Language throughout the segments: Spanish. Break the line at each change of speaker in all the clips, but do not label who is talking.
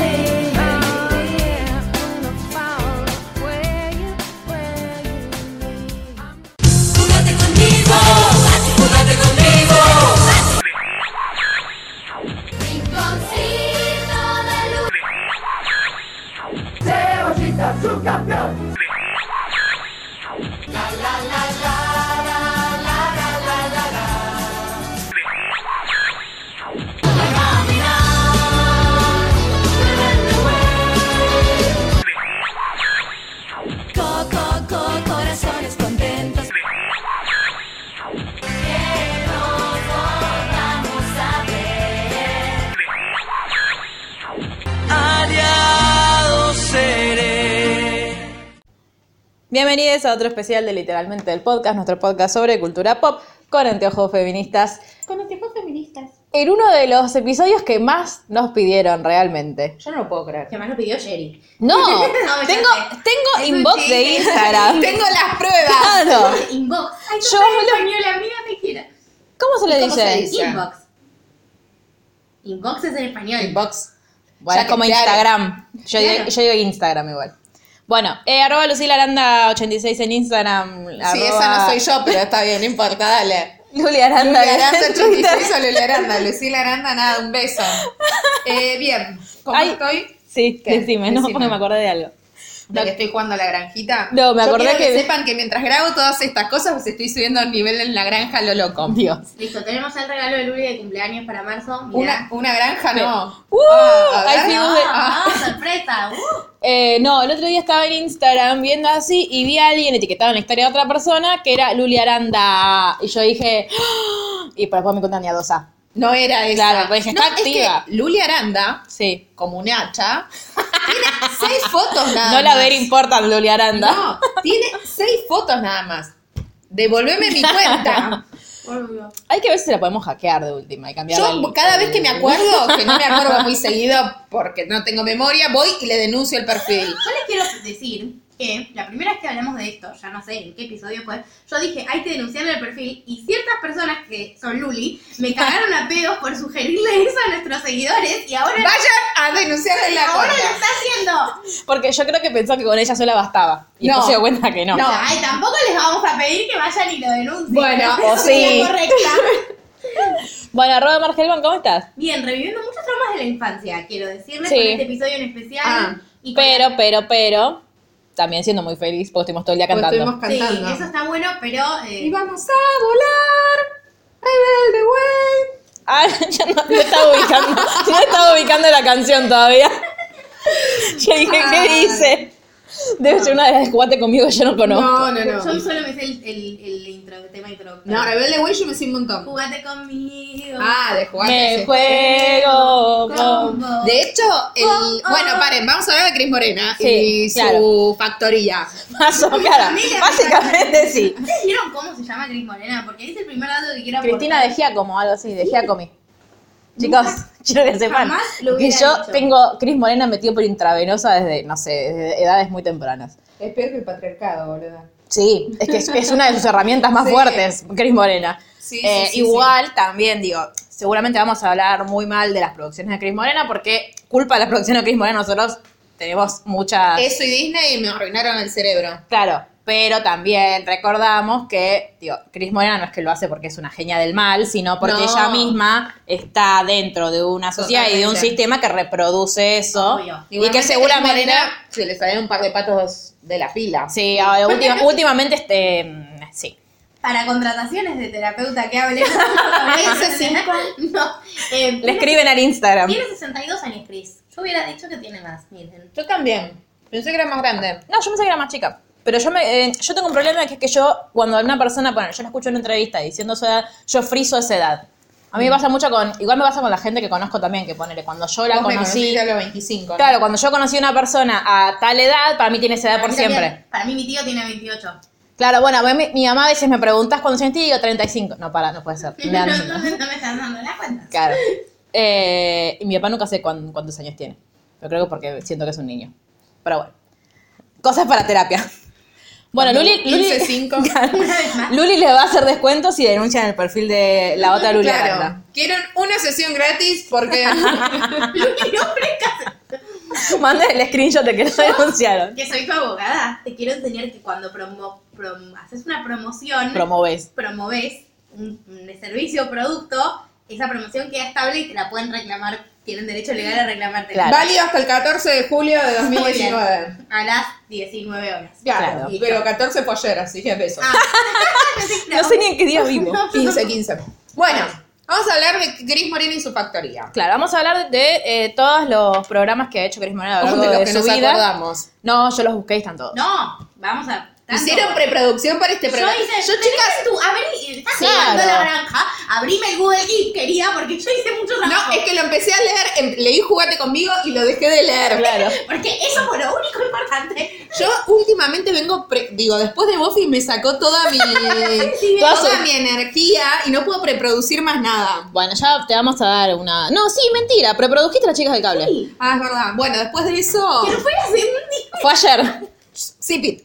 Eh,
Bienvenidos a otro especial de Literalmente el Podcast, nuestro podcast sobre cultura pop con anteojos feministas.
Con anteojos feministas.
En uno de los episodios que más nos pidieron realmente.
Yo no lo puedo creer.
Que más lo pidió Sherry.
No,
No, ya
tengo,
sé.
tengo
Es un
inbox de
chiste.
Instagram.
Tengo las pruebas.
Claro.
Inbox. Ay,
Yo
yo
lo-
soy española, amiga, te quiero.
¿Cómo se le
¿Cómo se
dice?
dice?
Inbox. Inbox es en español.
Inbox.
Bueno,
Ya
es como
que- claro.
Instagram. Yo,
Claro.
digo, yo digo Instagram igual. Bueno, eh, arroba Lucila Aranda 86 en Instagram.
Sí, esa no soy yo, pero está bien, no importa, dale.
Luli Aranda.
Luli Aranda
en Twitter.
86 o Luli Aranda. Lucila Aranda, nada, un beso. Eh, bien, ¿cómo
Ay,
estoy?
Sí,
¿Qué?
decime, no,
Decime.
porque me acordé de algo.
¿De que estoy jugando a la granjita?
No, me
Yo
acordé
quiero que,
que-
sepan que mientras grabo todas estas cosas, pues estoy subiendo el nivel en la granja a lo loco. Dios.
Listo, tenemos el regalo de Luli de cumpleaños para marzo.
Una,
Mirá.
una granja no.
Uh,
Ah,
hay
a ver,
figuras-
No,
de-
ah.
no, sorpresa. Uh,
Eh, no, el otro día estaba en Instagram viendo así y vi a alguien etiquetado en la historia de otra persona que era Luli Aranda. Y yo dije. ¡Ah! Y por después me contan a dosa.
No era esa.
Claro, pues, está
No, es que
activa.
Luli Aranda,
Sí.
como un hacha, tiene seis fotos nada
No la
más.
ver importan Luli Aranda.
No, tiene seis fotos nada más. Devolveme mi cuenta.
obvio.
Hay que ver si la podemos hackear de última y cambiar.
Yo cada vez que me acuerdo, que no me acuerdo muy seguido porque no tengo memoria, voy y le denuncio el perfil.
Yo les quiero decir que la primera vez que hablamos de esto, ya no sé en qué episodio fue, yo dije, hay que denunciarle el perfil y ciertas personas que son Luli me cagaron a pedos por sugerirle eso a nuestros seguidores y ahora,
Vayan a denunciarle la
ahora lo
cuenta.
está haciendo.
Porque yo creo que pensó que con ella sola bastaba. Y
No.
después se dio cuenta que no.
No.
Ay, tampoco les vamos a pedir que vayan y lo denuncien.
Bueno,
Eso
o
sería
sí.
correcta.
Bueno, arroba Margelman, ¿cómo estás?
Bien, reviviendo muchos traumas de la infancia, quiero decirles,
Sí.
con este episodio en especial.
Ah,
y con-
Pero, pero, pero. También siendo muy feliz porque estuvimos todo el día
Porque
cantando.
Pues estuvimos
Sí,
cantando.
eso está bueno, pero... eh,
Y vamos a volar. Rebelde way.
Ah, ya no, no estaba ubicando, no estaba ubicando la canción todavía. Yo dije, ¿qué dice? Debe ser una de las cuate conmigo que yo no conozco.
No, no,
Yo
no.
solo me sé el, el, el intro, el tema introductorio.
No, Rebelde Way yo me sé un montón.
Jugate conmigo.
Ah, de jugar.
Me juego con...
Combo.
De hecho, el,
Oh, oh.
bueno, paren, vamos a hablar de Cris Morena
Sí,
y su
claro.
factoría.
Más o cara.
Familia,
Básicamente sí.
¿Ustedes vieron cómo se llama Cris Morena? Porque es el primer dato que quiero
Cristina de
aportar.
Giacomo, algo así, de Giacomi. Chicos, quiero que sepan
jamás lo
que
hubiera
yo
dicho.
tengo Cris Morena metido por intravenosa desde, no sé, desde edades muy tempranas.
Es peor que el patriarcado, boludo.
Sí, es que es, es una de sus herramientas más
Sí.
fuertes, Cris Morena.
Sí,
Eh,
sí, sí,
igual también digo, seguramente vamos a hablar muy mal de las producciones de Cris Morena porque culpa de las producciones de Cris Morena nosotros tenemos muchas...
Eso y Disney me arruinaron el cerebro.
Claro, pero también recordamos que, digo, Cris Morena no es que lo hace porque es una genia del mal, sino porque
No.
ella misma está dentro de una sociedad y de un
Totalmente.
sistema que reproduce eso.
Obvio.
Y que
Igualmente,
seguramente...
Cris Morena se le salieron un par de patos de la pila.
Sí, ahora, última- últimamente, este, mm, sí.
Para contrataciones de terapeuta que hable.
Ese sí.
No. eh,
Le
tiene-
escriben al Instagram.
Tiene 62 años, Cris. Yo hubiera dicho que tiene más, miren.
Yo también. Pensé que era más grande.
No, yo pensé que era más chica. Pero yo, me, eh, yo tengo un problema que es que yo, cuando una persona, bueno, yo la escucho en una entrevista diciendo su edad, yo friso esa edad. A mí
Mm.
me pasa mucho con, igual me pasa con la gente que conozco también, que ponele, cuando yo la
Vos me
conocí,
conociste a los 25. ¿no?
claro, cuando yo conocí a una persona a tal edad, para mí tiene esa edad por
Para mí
siempre.
también- Para mí mi tío tiene 28.
Claro, bueno, a mí- mi, mi mamá a veces me preguntas cuándo años tiene y yo 35. No, para, no puede ser.
No,
Le dan-
no, no me estás dando la cuenta.
Claro. Eh, y mi papá nunca sé cuán- cuántos años tiene. Yo creo que porque siento que es un niño. Pero bueno. Cosas para terapia. Bueno, Luli, Luli,
5.
Una vez más.
Luli le va a hacer descuentos si denuncian el perfil de la otra Luli
Claro.
Aranda.
Quieren una sesión gratis porque
Luli, no ofrezcas-
Manden el screenshot de que lo denunciaron.
que soy tu abogada, te quiero enseñar que cuando promo, prom- haces una promoción,
Promoves.
promoves un, un servicio o producto, esa promoción queda estable y te la pueden reclamar, tienen derecho legal a reclamarte.
Claro.
válido hasta el 14 de julio de
Muy bien.
2019.
A las 19 horas.
Claro,
Claro.
pero 14 fue ayer, así que besos.
Ah, no sé,
No sé ni en qué día vivo.
15, 15. Bueno, vamos a hablar de Gris Moreno y su factoría.
Claro, vamos a hablar de eh, todos los programas que ha hecho Cris Moreno a lo
Ojo
largo
de los
de
que
su
nos
vida.
acordamos.
No, yo los busqué y están todos.
No, vamos a. tanto.
Hicieron preproducción para este
Yo
programa.
hice.
Yo, chicas,
Tú, a ver, estás
Claro.
llegando a la granja, abrime el Google Keep, querida, porque yo hice mucho trabajo.
no, es que lo empecé a leer, em- leí Jugate conmigo y lo dejé de leer.
Claro.
Porque eso fue lo único importante.
Yo últimamente vengo, pre- digo, después de Buffy me sacó toda mi,
Toda
toda
su-
mi energía y no puedo preproducir más nada.
Bueno, ya te vamos a dar una. No, sí, mentira, pero produjiste las chicas del cable.
Sí.
Ah, es verdad. Bueno, después de eso,
Pero fue hace un día.
Fue ayer.
sí, Pit.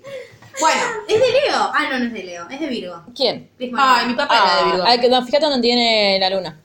Bueno,
Es de Leo. Ah, no, no es de Leo, es de Virgo.
¿Quién?
Cris Morena.
ay, mi papá era de Virgo.
Ah, que- no, fíjate dónde tiene la luna.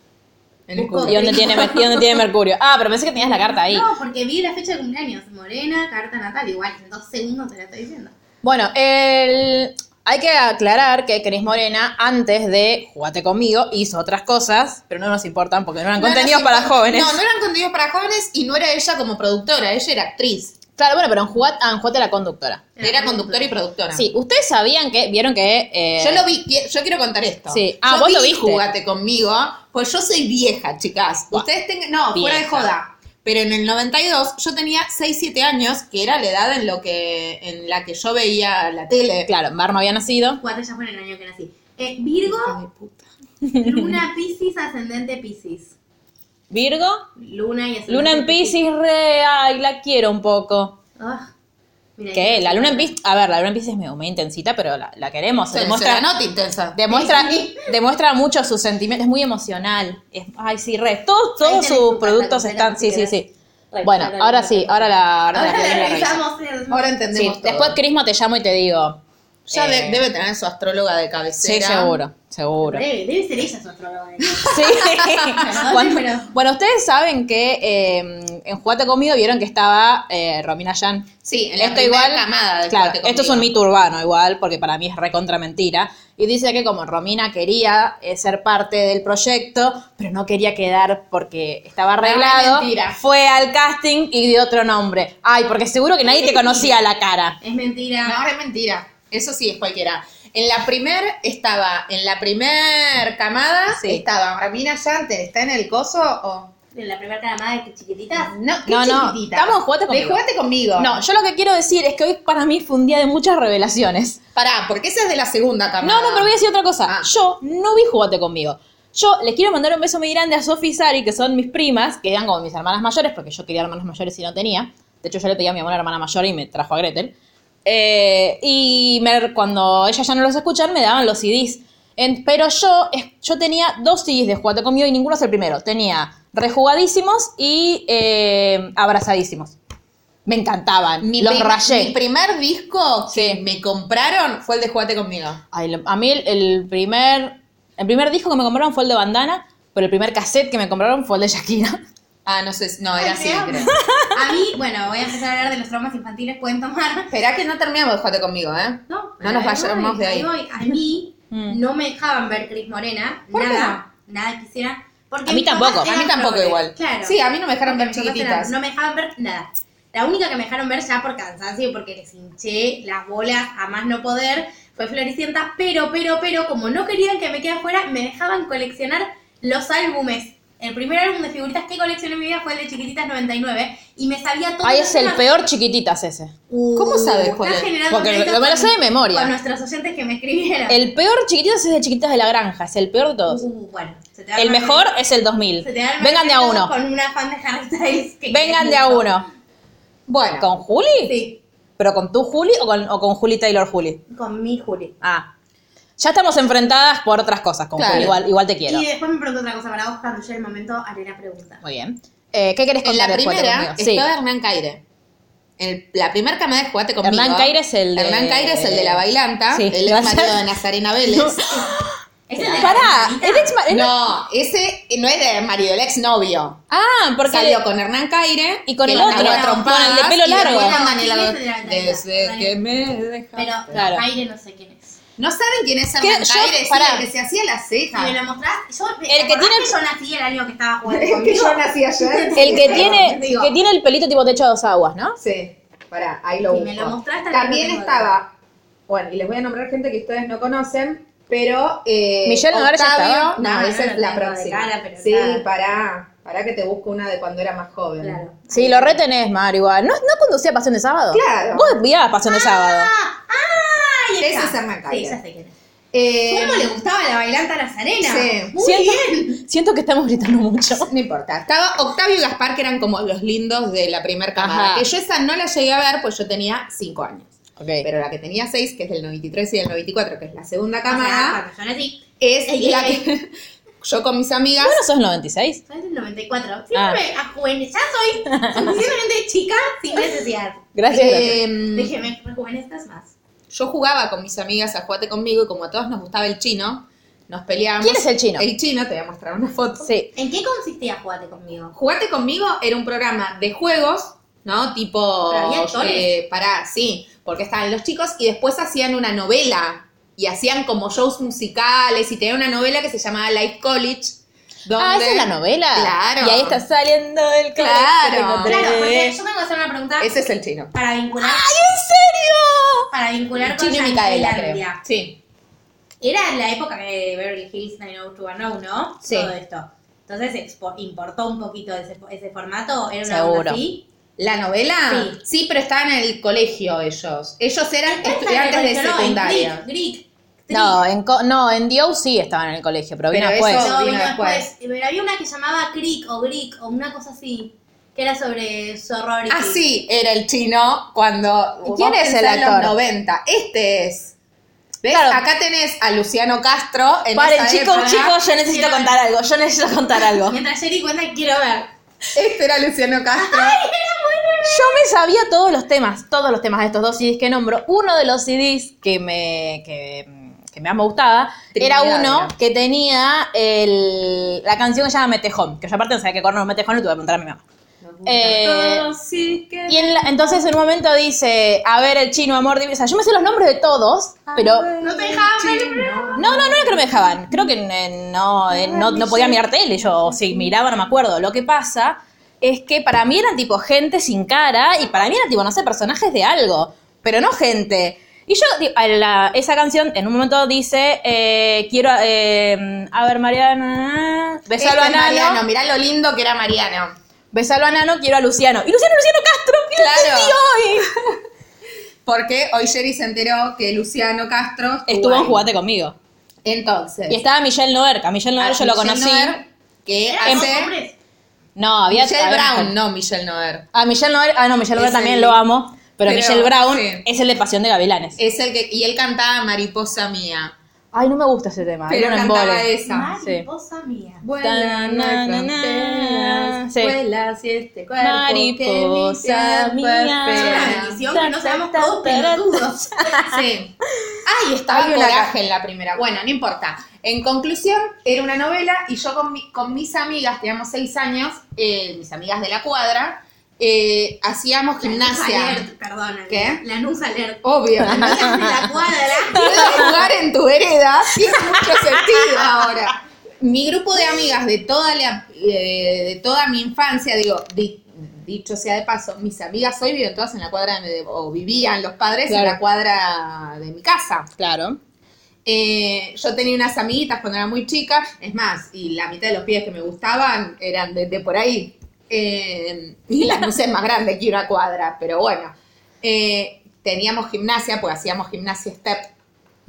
En el
Busco-
culo.
Y dónde tiene, y dónde tiene Mercurio. Ah, pero pensé que tenías la carta ahí.
No, porque vi la fecha de cumpleaños. Morena, carta natal, igual. En dos segundos te la estoy diciendo.
Bueno, el- hay que aclarar que Cris Morena, antes de Jugate conmigo, hizo otras cosas, pero no nos importan porque no eran
No eran
contenidos
así-
para jóvenes.
No, no eran contenidos para jóvenes y no era ella como productora, ella era actriz.
Claro, bueno, pero en Jugate, ah, en Jugate era conductora.
Era conductora y productora.
Sí, ustedes sabían que, vieron que... eh,
Yo lo vi, qui- yo quiero contar esto.
Sí. Ah,
yo
vos lo
vi
viste.
Jugate conmigo, pues yo soy vieja, chicas.
Buah.
Ustedes tengan, no, fuera de
Vieja.
joda. Pero en el 92 yo tenía 6, 7 años, que era la edad en lo que en la que yo veía la tele.
Claro, Barma había nacido.
Cuatro ya fue en el año que nací. Eh, Virgo, Luna Piscis, ascendente Piscis.
Virgo,
Luna y ascendente.
Luna en Pisces, re, ay, la quiero un poco.
Ah, mira,
Que la luna en Pisces, a ver, la luna en Pisces es medio, medio intensita, pero la, la queremos.
Se, se la
demuestra,
nota intensa.
demuestra, demuestra mucho sus sentimientos, es muy emocional. Es- ay, sí, re. Todos,
Ahí
todos
tenés
sus
tu
productos
carta,
están, sí, sí,
quieras.
sí.
Revisar
Bueno,
la
ahora
luna.
sí, ahora la, ahora la-
Ahora
la
la
reviso.
revisamos. el-
Ahora
Sí,
entendemos todo.
después Crisma te llamo y te digo.
ya de-
eh,
debe tener su astróloga de
Sí,
cabecera.
seguro, seguro.
Debe, Eh, debe ser ella su astróloga. ¿eh?
Sí. Cuando-
pero-
bueno, ustedes saben que eh, en Jugate Conmigo vieron que estaba eh, Romina Yan.
Sí, en la
Esto
primera
igual,
camada de
claro,
Jugate
esto es
Conmigo.
un mito urbano igual, porque para mí es recontra mentira. Y dice que como Romina quería eh, ser parte del proyecto, pero no quería quedar porque estaba arreglado,
mentira.
fue al casting y dio otro nombre. Ay, porque seguro que nadie te conocía la cara.
Es mentira.
No, es mentira. Eso sí es cualquiera. En la primer estaba, en la primer camada
Sí.
estaba Ramina Yanter, ¿está en el coso o?
De la primera caramada de chiquititas.
No, qué
No, no,
chiquitita.
estamos en Jugate
De
Conmigo.
Jugate conmigo.
No, yo lo que quiero decir es que hoy para mí fue un día de muchas revelaciones.
Pará, porque esa es de la segunda
No,
camada.
no, pero voy a decir otra cosa.
Ah.
Yo no vi Jugate Conmigo. Yo les quiero mandar un beso muy grande a Sofi y Sari, que son mis primas, que eran como mis hermanas mayores, porque yo quería hermanas mayores y no tenía. De hecho, yo le pedí a mi mamá una hermana mayor y me trajo a Gretel. Eh, y me- cuando ellas ya no los escuchan, me daban los CDs. En- pero yo, es- yo tenía dos CDs de Jugate Conmigo y ninguno es el primero. Tenía Rejugadísimos y eh, Abrazadísimos. Me encantaban,
Mi
los
prim-
rayé.
Mi primer disco que
Sí.
me compraron fue el de Jugate conmigo.
Ay, lo- a mí el, el primer el primer disco que me compraron fue el de Bandana, pero el primer cassette que me compraron fue el de Shakira.
Ah, no sé, si- no, era así.
Ay,
creo.
A mí, bueno, voy a empezar a hablar de los traumas infantiles, pueden tomar.
Esperá que no terminamos de Jugate conmigo, ¿eh?
No,
No nos
ahí
vayamos
voy,
de
ahí
ahí.
voy. A mí
Mm.
no me dejaban ver Cris Morena, nada, nada quisiera. Porque
A mí
mis papás
tampoco,
A mí
eran
tampoco
progres,
igual.
Claro.
Sí, a mí no me dejaron
Porque
ver
mis papás
chiquititas.
eran- no me dejaban ver nada. La única que me dejaron ver ya por cansancio y porque les hinché las bolas a más no poder fue Floricienta, pero, pero, pero, como no querían que me quede afuera, me dejaban coleccionar los álbumes. El primer álbum de figuritas que coleccioné en mi vida fue el de Chiquititas 99 y me sabía todo.
Ay, es el peor chiquititas ese.
¿Cómo
Uh,
sabes cuál es?
Porque lo- lo me lo sé de memoria.
Con nuestros oyentes que me escribieron.
El peor chiquititas es de chiquititas de la granja, es el peor de todos.
Uh, bueno, se te
El
arma-
mejor es el 2000.
se te arma
Vengan de a
todo
uno.
Con una fan de Harry Styles que-
Vengan de a uno.
Bueno,
¿Con Juli?
Sí.
¿Pero con tu Juli o con, o con Juli Taylor Juli?
Con mi Juli.
Ah. Ya estamos enfrentadas por otras cosas con
Claro.
Juli. Igual, igual te quiero.
Y después me pregunto otra cosa para vos cuando llegue el momento, haré la pregunta.
Muy bien. Eh, ¿Qué querés
En
contar
la
de Jugate
primera
conmigo?
estaba Hernán Caire. En la primera cama de Jugate conmigo.
Hernán Caire es el de-
Hernán Caire es el de la bailanta,
Sí.
el ex marido de Nazarena Vélez.
¿Es el de la
Pará,
campanita?
el ex ma- el-
No, ese no es de marido, el ex novio.
Ah, porque
Salió con Hernán Caire
Y con
que
el
lo
otro,
cagó a
con
trompadas
el de pelo
y después
largo.
la manera-
No, sí, ese de la
Desde
Navidad.
que me dejaste.
Pero
Claro.
aire no sé quién es.
No saben quién es Hernán
¿Qué? Yo-
Caire, sí,
pará.
el que se hacía la
Si me
ceja.
lo mostrás, yo, ¿te
El que
acordás
tiene-
que yo nací el año que estaba jugando
Es que
conmigo?
yo nací ayer.
el que tiene,
Digo.
que tiene el pelito tipo techo de dos aguas, ¿no?
Sí, pará, ahí lo
Si
busco.
me lo mostrás, tal vez
También
lo tengo
estaba, bueno, y les voy a nombrar gente que ustedes no conocen, pero eh,
¿Michelle Nogar ya
Octavio-
estaba?
no,
No,
esa
Ah, no
es
lo
la
tengo de
próxima.
cara, pero
sí,
nada.
pará, pará que te busco una de cuando era más joven.
Claro.
Sí, lo retenés, Mario. igual. ¿No, ¿No conducía Pasión de Sábado?
Claro.
Vos mirabas Pasión de Sábado.
Ah, ah, y
Ese
esa.
es Hernán Caire.
Sí, esa sé quién es.
Eh,
¿Cómo le gustaba la bailanta Nazarena?
Sí.
Muy
siento,
bien.
siento que estamos gritando mucho.
No importa. Estaba Octavio y Gaspar, que eran como los lindos de la primera camada.
Ajá.
Que yo esa no la llegué a ver, pues yo tenía 5 años.
Ok.
Pero la que tenía 6, que es del 93 y del 94, que es la segunda
O sea,
camada,
cuando yo nací.
es
Ey,
la
ey,
que yo con mis amigas.
¿Vos no sos el 96?
Soy del 94.
Ah.
Siempre a juvenil. Ya soy suficientemente chica sin necesidad.
Gracias.
Eh,
gracias.
em,
Déjeme rejuvenezcas más.
yo jugaba con mis amigas a jugate conmigo y como a todos nos gustaba el chino, nos peleábamos.
¿Quién es el chino?
El chino, te voy a mostrar una foto.
Sí.
¿En qué consistía Jugate conmigo?
Jugate conmigo era un programa de juegos, ¿no? Tipo.
Pero había actores.
eh, pará, sí, porque estaban los chicos y después hacían una novela. Y hacían como shows musicales y tenían una novela que se llamaba Life College. Donde,
Ah, esa es la novela.
Claro.
Y ahí está saliendo el
Claro.
colegio que
Claro, porque
encontré.
yo tengo que hacer una pregunta
Ese es el chino.
para vincular.
¿En
Para vincular con
Chino y Micaela, creo.
Yanquilandia.
Sí.
Era la época de Beverly Hills 90210, ¿no?
Sí.
Todo esto. Entonces expo- importó un poquito ese, ese formato. Era una
Seguro.
onda así.
¿La novela?
Sí.
pero estaban en el colegio ellos. Ellos eran estudiantes de
Evolucionó en
secundaria.
Greek, Greek,
serio? No, en, co- no, en Dio sí estaban en el colegio, pero vino
Pero
después.
eso-
No,
vino
vino
después.
después. Pero había una que llamaba Creek o Greek o una cosa así, que era sobre sorority.
Ah, sí, era el chino cuando.
¿Y quién
vos
es el
pensás en
actor?
los 90. Este es. ¿Ves?
Claro.
Acá tenés a Luciano Castro. En
Paren,
esa
chicos,
época.
chicos, yo necesito
Quiero-
contar algo. Yo necesito contar algo.
Mientras Jerry cuenta, quiero ver.
Este era Luciano Castro.
Ah, Yo me sabía todos los temas, todos los temas de estos dos CDs que nombro. Uno de los CDs que me, que, que más me gustaba
Trinidad
era uno
era.
que tenía el- la canción que se llama Metejón, que yo aparte no sabía qué corno es Metejón y tuve que preguntar a mi mamá. Eh, y en la- entonces en un momento dice, a ver el chino amor, divino. o sea, yo me sé los nombres de todos, pero...
No te dejaba ver el programa.
No, no, no era que no me dejaban. Creo que eh, no, eh, no, no podía mirar tele. Yo, o si miraba, no me acuerdo. Lo que pasa es que para mí eran tipo gente sin cara y para mí eran tipo, no sé, personajes de algo, pero no gente. Y yo, di- a la- esa canción en un momento dice, eh, quiero, eh, a ver, Mariana,
Este
besalo a
es Mariano.
Nano,
Mirá lo lindo que era Mariano.
besalo a Nano, quiero a Luciano. Y Luciano, Luciano Castro, ¿qué
Claro.
entendí hoy?
Porque hoy Jerry se enteró que Luciano Castro estuvo,
Estuvo en
ahí.
Jugate Conmigo.
Entonces.
Y estaba Michelle Noer, que a Michelle Noer
a
yo lo
Ah, Michelle
conocí.
Noer, que
Eran dos
hace.
hombres.
No, había
Michelle
había
Brown,
mujer.
no Michelle Noer.
A Michelle Noel, ah no, Michelle Noel
Es
también
el-
lo amo, pero,
pero,
Michelle Brown
sí.
es el de Pasión de Gavilanes.
Es el que. Y él cantaba Mariposa Mía.
Ay, no me gusta ese tema.
Pero
era un
cantaba
embole.
esa.
Mariposa mía.
Vuelan
Ta, na,
las
na, na.
fronteras,
Sí.
vuela hacia este cuerpo
Mariposa
que mi
mía.
cuerpo
Es una
espera.
bendición que no seamos todos pelotudos.
Sí. Ay, estaba
Hay una
coraje en la primera. Bueno, no importa. En conclusión, era una novela y yo con, mi- con mis amigas, teníamos seis años, eh, mis amigas de la cuadra, eh, hacíamos gimnasia.
Alert, perdón.
¿Qué?
La Nus Alert.
Obvio.
Amigas de la cuadra.
Puedo jugar en tu vereda tiene mucho sentido ahora. Mi grupo de amigas de toda, la- eh, de toda mi infancia, digo, di- dicho sea de paso, mis amigas hoy viven todas en la cuadra, de- o vivían los padres en la cuadra de mi casa.
Claro.
Eh, yo tenía unas amiguitas cuando era muy chica, es más, y la mitad de los pies que me gustaban eran de, de por ahí. Eh, y la no sé más grande que una cuadra, pero bueno. Eh, teníamos gimnasia, pues hacíamos gimnasia step.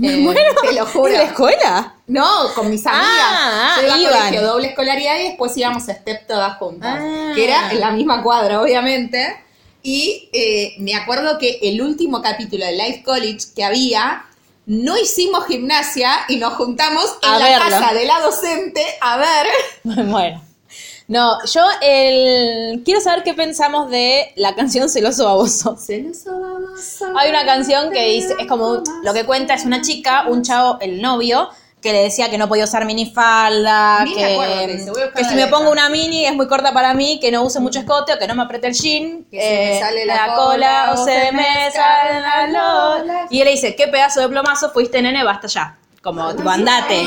Eh, te lo juro.
¿En la escuela?
No, con mis amigas.
Ah,
Yo iba a
iban.
colegio doble escolaridad y después íbamos a step todas juntas.
Ah.
Que era en la misma cuadra, obviamente. Y eh, me acuerdo que el último capítulo de Life College que había, no hicimos gimnasia y nos juntamos en
A
la
verlo.
casa de la docente a ver.
Bueno. No, yo el... quiero saber qué pensamos de la canción Celoso Baboso. Hay una canción que dice, es como, un- lo que cuenta es una chica, un chavo, el novio, que le decía que no podía usar minifalda,
Ni me acuerdo de
que,
eso, voy a buscar
que
la
si me
letra.
pongo una mini es muy corta para mí, que no use mucho escote, o que no me apriete el jean, eh,
Que se me sale la cola,
o se me sale la lola. Y él le dice, qué pedazo de plomazo fuiste, nene, basta ya. Como, tipo, andate.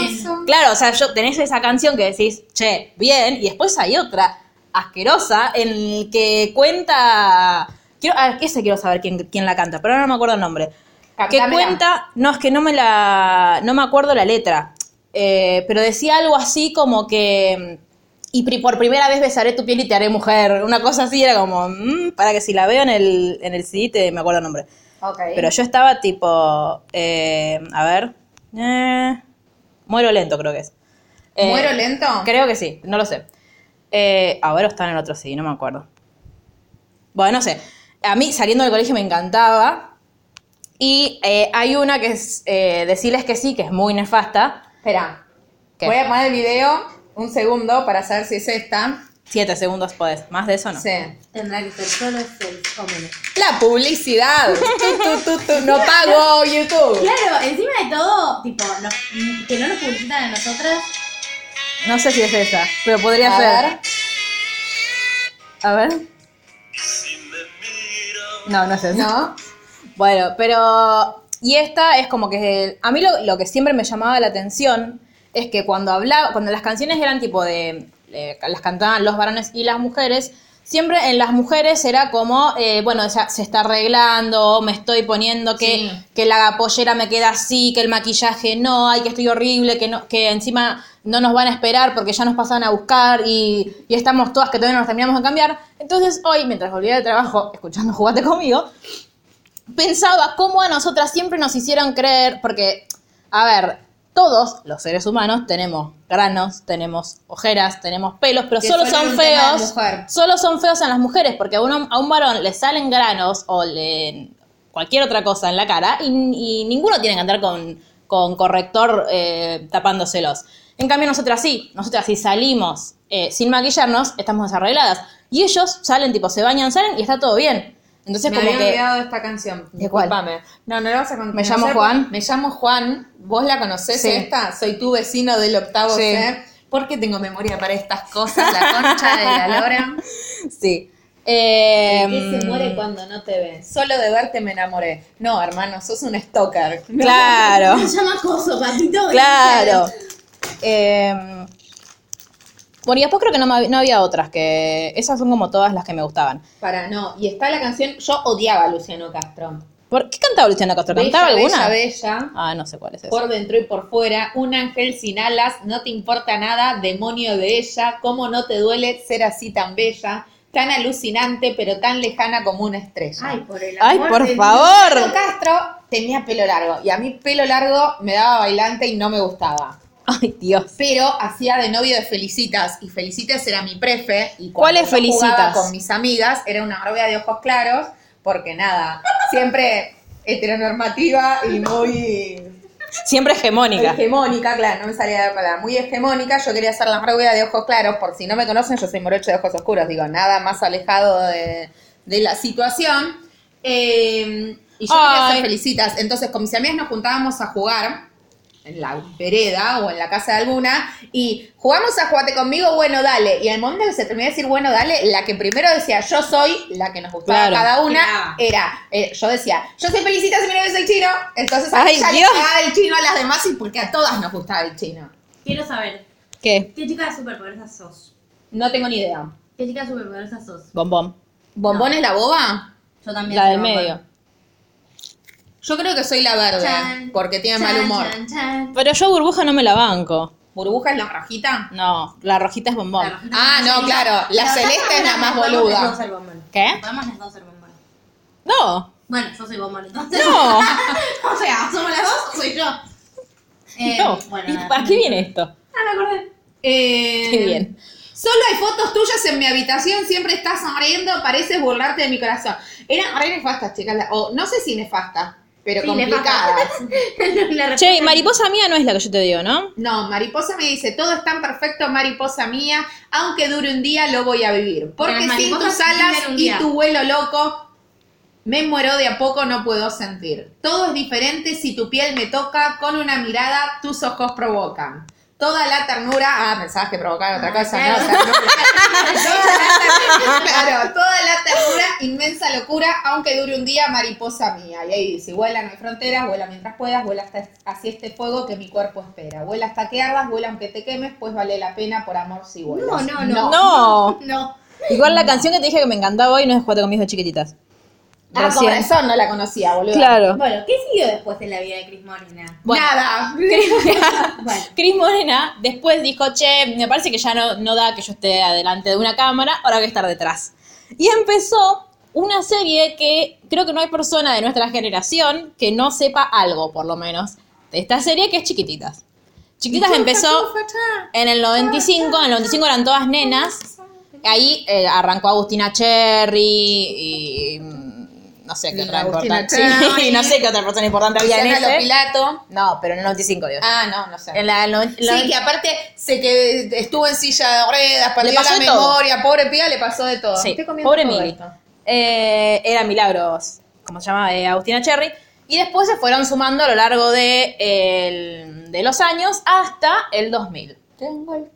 Claro, o sea, yo tenés esa canción que decís, che, bien, y después hay otra asquerosa en que cuenta... Quiero, ah, ese quiero saber quién, quién la canta, pero ahora no me acuerdo el nombre. Que
Cantámela.
cuenta, no, es que no me la, no me acuerdo la letra, eh, pero decía algo así como que, y pri- por primera vez besaré tu piel y te haré mujer, una cosa así, era como, mm, para que si la veo en el, en el CD te- me acuerdo el nombre.
Ok.
Pero yo estaba tipo, eh, a ver, eh, muero lento creo que es. Eh,
¿Muero lento?
Creo que sí, no lo sé. Eh, a ver, o está en el otro sí, no me acuerdo. Bueno, no sé. A mí saliendo del colegio me encantaba. Y eh, hay una que es eh, decirles que sí, que es muy nefasta.
Espera.
¿Qué?
Voy a poner el video un segundo para saber si es esta.
Siete segundos podés. Más de eso no.
Sí.
Tendrá que ser solo seis hombres.
La publicidad. Tu, tu, tu, tu. No pago YouTube.
Claro, encima de todo, tipo, nos- que no nos publicitan a nosotras.
No sé si es esa, pero podría
A
ser.
ver.
A ver. No, no es esa.
¿No?
Bueno, pero. Y esta es como que. A mí lo, lo que siempre me llamaba la atención es que cuando hablaba. Cuando las canciones eran tipo de. eh, las cantaban los varones y las mujeres. Siempre en las mujeres era como, eh, bueno, ya se está arreglando, me estoy poniendo que,
Sí.
que la pollera me queda así, que el maquillaje no, ay, que estoy horrible, que no, que encima no nos van a esperar porque ya nos pasan a buscar y, y estamos todas que todavía no nos terminamos de cambiar. Entonces hoy, mientras volvía de trabajo, escuchando Jugate conmigo, pensaba cómo a nosotras siempre nos hicieron creer, porque, a ver, todos los seres humanos tenemos granos, tenemos ojeras, tenemos pelos, pero
Que
solo
solo
son
un tema de
feos.
mujer.
Solo son feos en las mujeres, porque a, uno- a un varón le salen granos o le, cualquier otra cosa en la cara y, y ninguno tiene que andar con, con corrector eh, tapándoselos. En cambio, nosotras sí, nosotras si salimos eh, sin maquillarnos, estamos desarregladas. Y ellos salen, tipo, se bañan, salen y está todo bien. Entonces,
me
como
había
que.
olvidado de esta canción.
¿De cuál?
Discúlpame. No, no la vas a contar.
Me llamo Juan.
Me llamo Juan. ¿Vos la conocés
Sí.
esta? Soy tu vecino del octavo
Sí.
C. ¿Por qué tengo memoria para estas cosas? La concha de la lora.
Sí. Eh,
Que se muere cuando no te ven. Solo de verte me enamoré. No, hermano, sos un stalker.
Claro,
Se llama acoso, papito.
claro. Eh, bueno, y después creo que no, me hab- no había otras, que esas son como todas las que me gustaban.
Para, no. Y está la canción. Yo odiaba a Luciano Castro.
¿Por qué cantaba Luciana Castro? ¿Cantaba
Bella,
alguna?
Bella, bella.
Ah, no sé cuál es esa.
Por dentro y por fuera, un ángel sin alas, no te importa nada, demonio de ella, cómo no te duele ser así tan bella, tan alucinante, pero tan lejana como una estrella.
Ay, por el
Ay,
amor de
por
Dios.
Pero
favor.
Castro tenía pelo largo y a mí pelo largo me daba bailante y no me gustaba.
Ay, Dios.
Pero hacía de novio de Felicitas y Felicitas era mi prefe. Y cuando
¿Cuál es
yo jugaba
Felicitas?
Con mis amigas, era una novia de ojos claros, porque nada, siempre heteronormativa y muy
Siempre hegemónica.
Hegemónica, claro, no me salía la palabra. Muy hegemónica, yo quería hacer la rubia de ojos claros, por si no me conocen, yo soy morocho de ojos oscuros, digo, nada más alejado de, de la situación. Eh, y yo quería
Ay.
hacer felicitas, entonces con mis amigas nos juntábamos a jugar en la vereda o en la casa de alguna y jugamos a jugate conmigo, bueno, dale. Y al momento que se terminó de decir, bueno, dale, la que primero decía yo soy, la que nos gustaba
Claro.
cada una,
Claro.
era, eh, yo decía, yo soy felicita si mi novio es el chino, entonces a
Ay,
ella le
Dios.
cagaba el chino a las demás y porque a todas nos gustaba el chino.
Quiero saber,
¿Qué?
¿qué chica de superpoderosa sos?
No tengo ni idea.
¿Qué chica de superpoderosa sos?
Bombón.
¿Bombón es la boba?
Yo también.
La
soy
del
bombón.
medio.
Yo creo que soy la verde,
Chan,
porque tiene
chan,
mal humor.
chan, chan.
Pero yo burbuja no me la banco.
¿Burbuja es la rojita?
No, la rojita es bombón.
La rojita
Ah,
es
no,
más
claro, la
Pero
celeste es la más
podemos las dos
boluda.
ser bombón.
¿Qué?
Podemos las dos ser bombón.
No.
Bueno, yo soy bombón entonces.
No.
o sea, somos las dos o soy yo. Eh,
No.
Bueno,
¿Y
nada.
¿Para qué viene esto?
Ah, me acordé.
Eh,
Qué bien.
Solo hay fotos tuyas en mi habitación, siempre estás sonriendo, pareces burlarte de mi corazón. Eran re nefastas, chicas. la- O no sé si nefastas, pero
Sí,
complicadas.
La respuesta
Che,
es-
mariposa mía no es la que yo te digo, ¿no?
No, mariposa me dice, todo es tan perfecto, mariposa mía, aunque dure un día lo voy a vivir. Porque
las
sin tus
mariposas
alas
viven un
y
día.
tu vuelo loco, me muero de a poco, no puedo sentir. Todo es diferente si tu piel me toca, con una mirada tus ojos provocan. Toda la ternura, ah, pensabas que provocaban otra cosa,
claro.
no, ternura. toda la ternura, claro, toda la ternura, inmensa locura, aunque dure un día, mariposa mía. Y ahí dice, vuela, no hay fronteras, vuela mientras puedas, vuela hasta hacia este fuego que mi cuerpo espera. Vuela hasta que ardas, vuela aunque te quemes, pues vale la pena por amor si
No,
vuelas.
no, no.
No.
No.
Igual la canción que te dije que me encantaba hoy no es Cuatro conmigo chiquititas.
Ah, con
Recién.
razón no la conocía, boludo.
Claro.
Bueno, ¿qué siguió después de la vida de Cris Morena?
Bueno.
Nada.
Bueno,
Cris Morena después dijo, che, me parece que ya no, no da que yo esté adelante de una cámara, ahora voy a estar detrás. Y empezó una serie que creo que no hay persona de nuestra generación que no sepa algo, por lo menos, de esta serie que es Chiquititas. Chiquititas empezó en el 95, en el 95 eran todas nenas, ahí eh, arrancó Agustina Cherry y... mm, No sé qué otra
Agustina
importante.
Cherry.
no sé qué otra persona importante había en
Luciana
ese.
Lopilato.
No, pero en el 95, digo.
Ah, no, no sé.
En la, en la-
Sí, que aparte se que estuvo en silla de ruedas, perdió
pasó
la
de todo.
memoria, pobre piba, le pasó de todo.
Sí,
Estoy comiendo
pobre
todo
Mili.
esto.
Eh, era Milagros, como se llama, Eh, Agustina Cherry. Y después se fueron sumando a lo largo de, el- de los años hasta el 2000.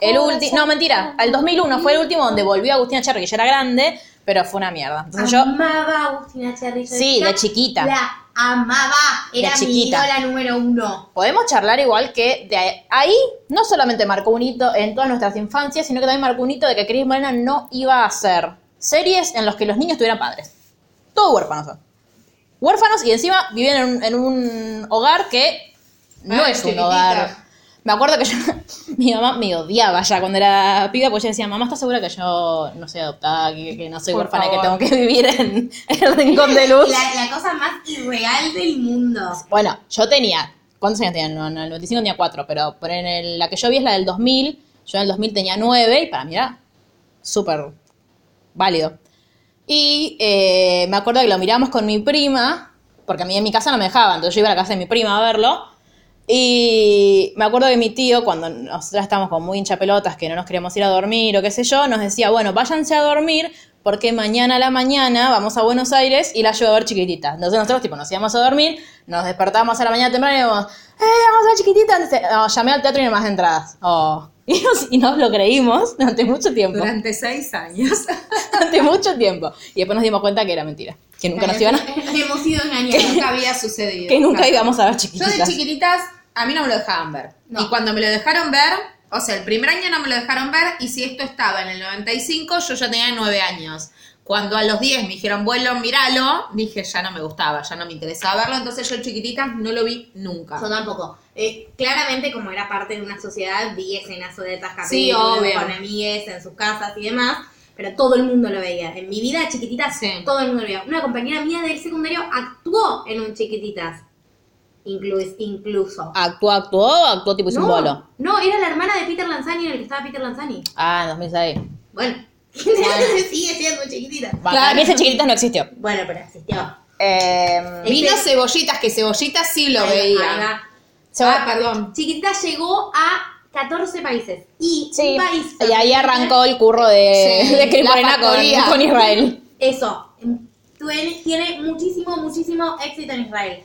El último, no, mentira, el 2001 fue el último donde volvió Agustina Cherry, que ya era grande, pero fue una mierda. Entonces yo,
Ah,
amaba a Agustina Cherry. yo
Sí,
decía,
de chiquita.
La amaba. Era
De
mi
chiquita.
ídola número uno.
podemos charlar igual que de ahí no solamente marcó un hito en todas nuestras infancias, sino que también marcó un hito de que Cris Morena no iba a hacer series en las que los niños tuvieran padres. Todos huérfanos son. Huérfanos y encima vivían en un, en un hogar que no
Ah,
es un
chiquitita.
hogar. Me acuerdo que yo, mi mamá me odiaba ya cuando era piba, porque ella decía, mamá, ¿estás segura que yo no soy adoptada, que, que no soy
Por
huérfana, y que tengo
favor.
que vivir en, el rincón de luz?
La, la cosa más irreal del mundo.
Bueno, yo tenía. ¿Cuántos años tenía? No, no, en el 95 tenía 4, pero, pero en el- la que yo vi es la del 2000. Yo en el 2000 tenía 9 y para mí era súper válido. Y eh, me acuerdo que lo miramos con mi prima, porque a mí en mi casa no me dejaban, entonces yo iba a la casa de mi prima a verlo. Y me acuerdo que mi tío, cuando nosotras estábamos con muy hinchapelotas, que no nos queríamos ir a dormir o qué sé yo, nos decía, bueno, váyanse a dormir porque mañana a la mañana vamos a Buenos Aires y la llevo a ver chiquitita. Entonces nosotros, tipo, nos íbamos a dormir, nos despertábamos a la mañana temprano y íbamos, ¡eh, vamos a ver chiquitita! Entonces, "No, llamé al teatro y no hay más entradas. Oh. Y nos, y nos lo creímos durante mucho tiempo.
Durante seis años.
Durante mucho tiempo. Y después nos dimos cuenta que era mentira. Que nunca nos iban a-
Hemos sido engañados.
nunca había sucedido.
Que nunca
Claro.
íbamos a ver
Yo de
chiquititas.
chiquititas, a mí no me lo dejaban ver.
No.
Y cuando me lo dejaron ver, o sea, el primer año no me lo dejaron ver, y si esto estaba en el 95, yo ya tenía nueve años. Cuando a los 10 me dijeron, vuelo, míralo, dije, ya no me gustaba, ya no me interesaba verlo, entonces yo de chiquititas no lo vi nunca.
Yo tampoco. Eh, claramente, como era parte de una sociedad, vi escenas de estas
Sí, obvio.
con amigues en sus casas y demás, pero todo el mundo lo veía. En mi vida chiquititas,
Sí.
todo el mundo lo veía. Una compañera mía del secundario actuó en un chiquititas. Inclu- incluso.
¿Actuó, actuó o actuó tipo hizo un bolo?
no, era la hermana de Peter Lanzani en el que estaba Peter Lanzani.
Ah, en 2006.
Bueno, sigue siendo chiquitita.
Va, Para mí ese chiquititas no existió.
Bueno, pero asistió.
Eh,
Vino
Este-
cebollitas, que cebollitas sí lo
Ahí va,
veía.
ahí va.
Ah, perdón.
Chiquitita llegó a 14 países. Y
sí.
un país.
Y ahí arrancó el curro de,
Sí,
de Cris
la
Morena con,
factoría.
con Israel.
Eso. Tiene, tiene muchísimo, muchísimo éxito en Israel.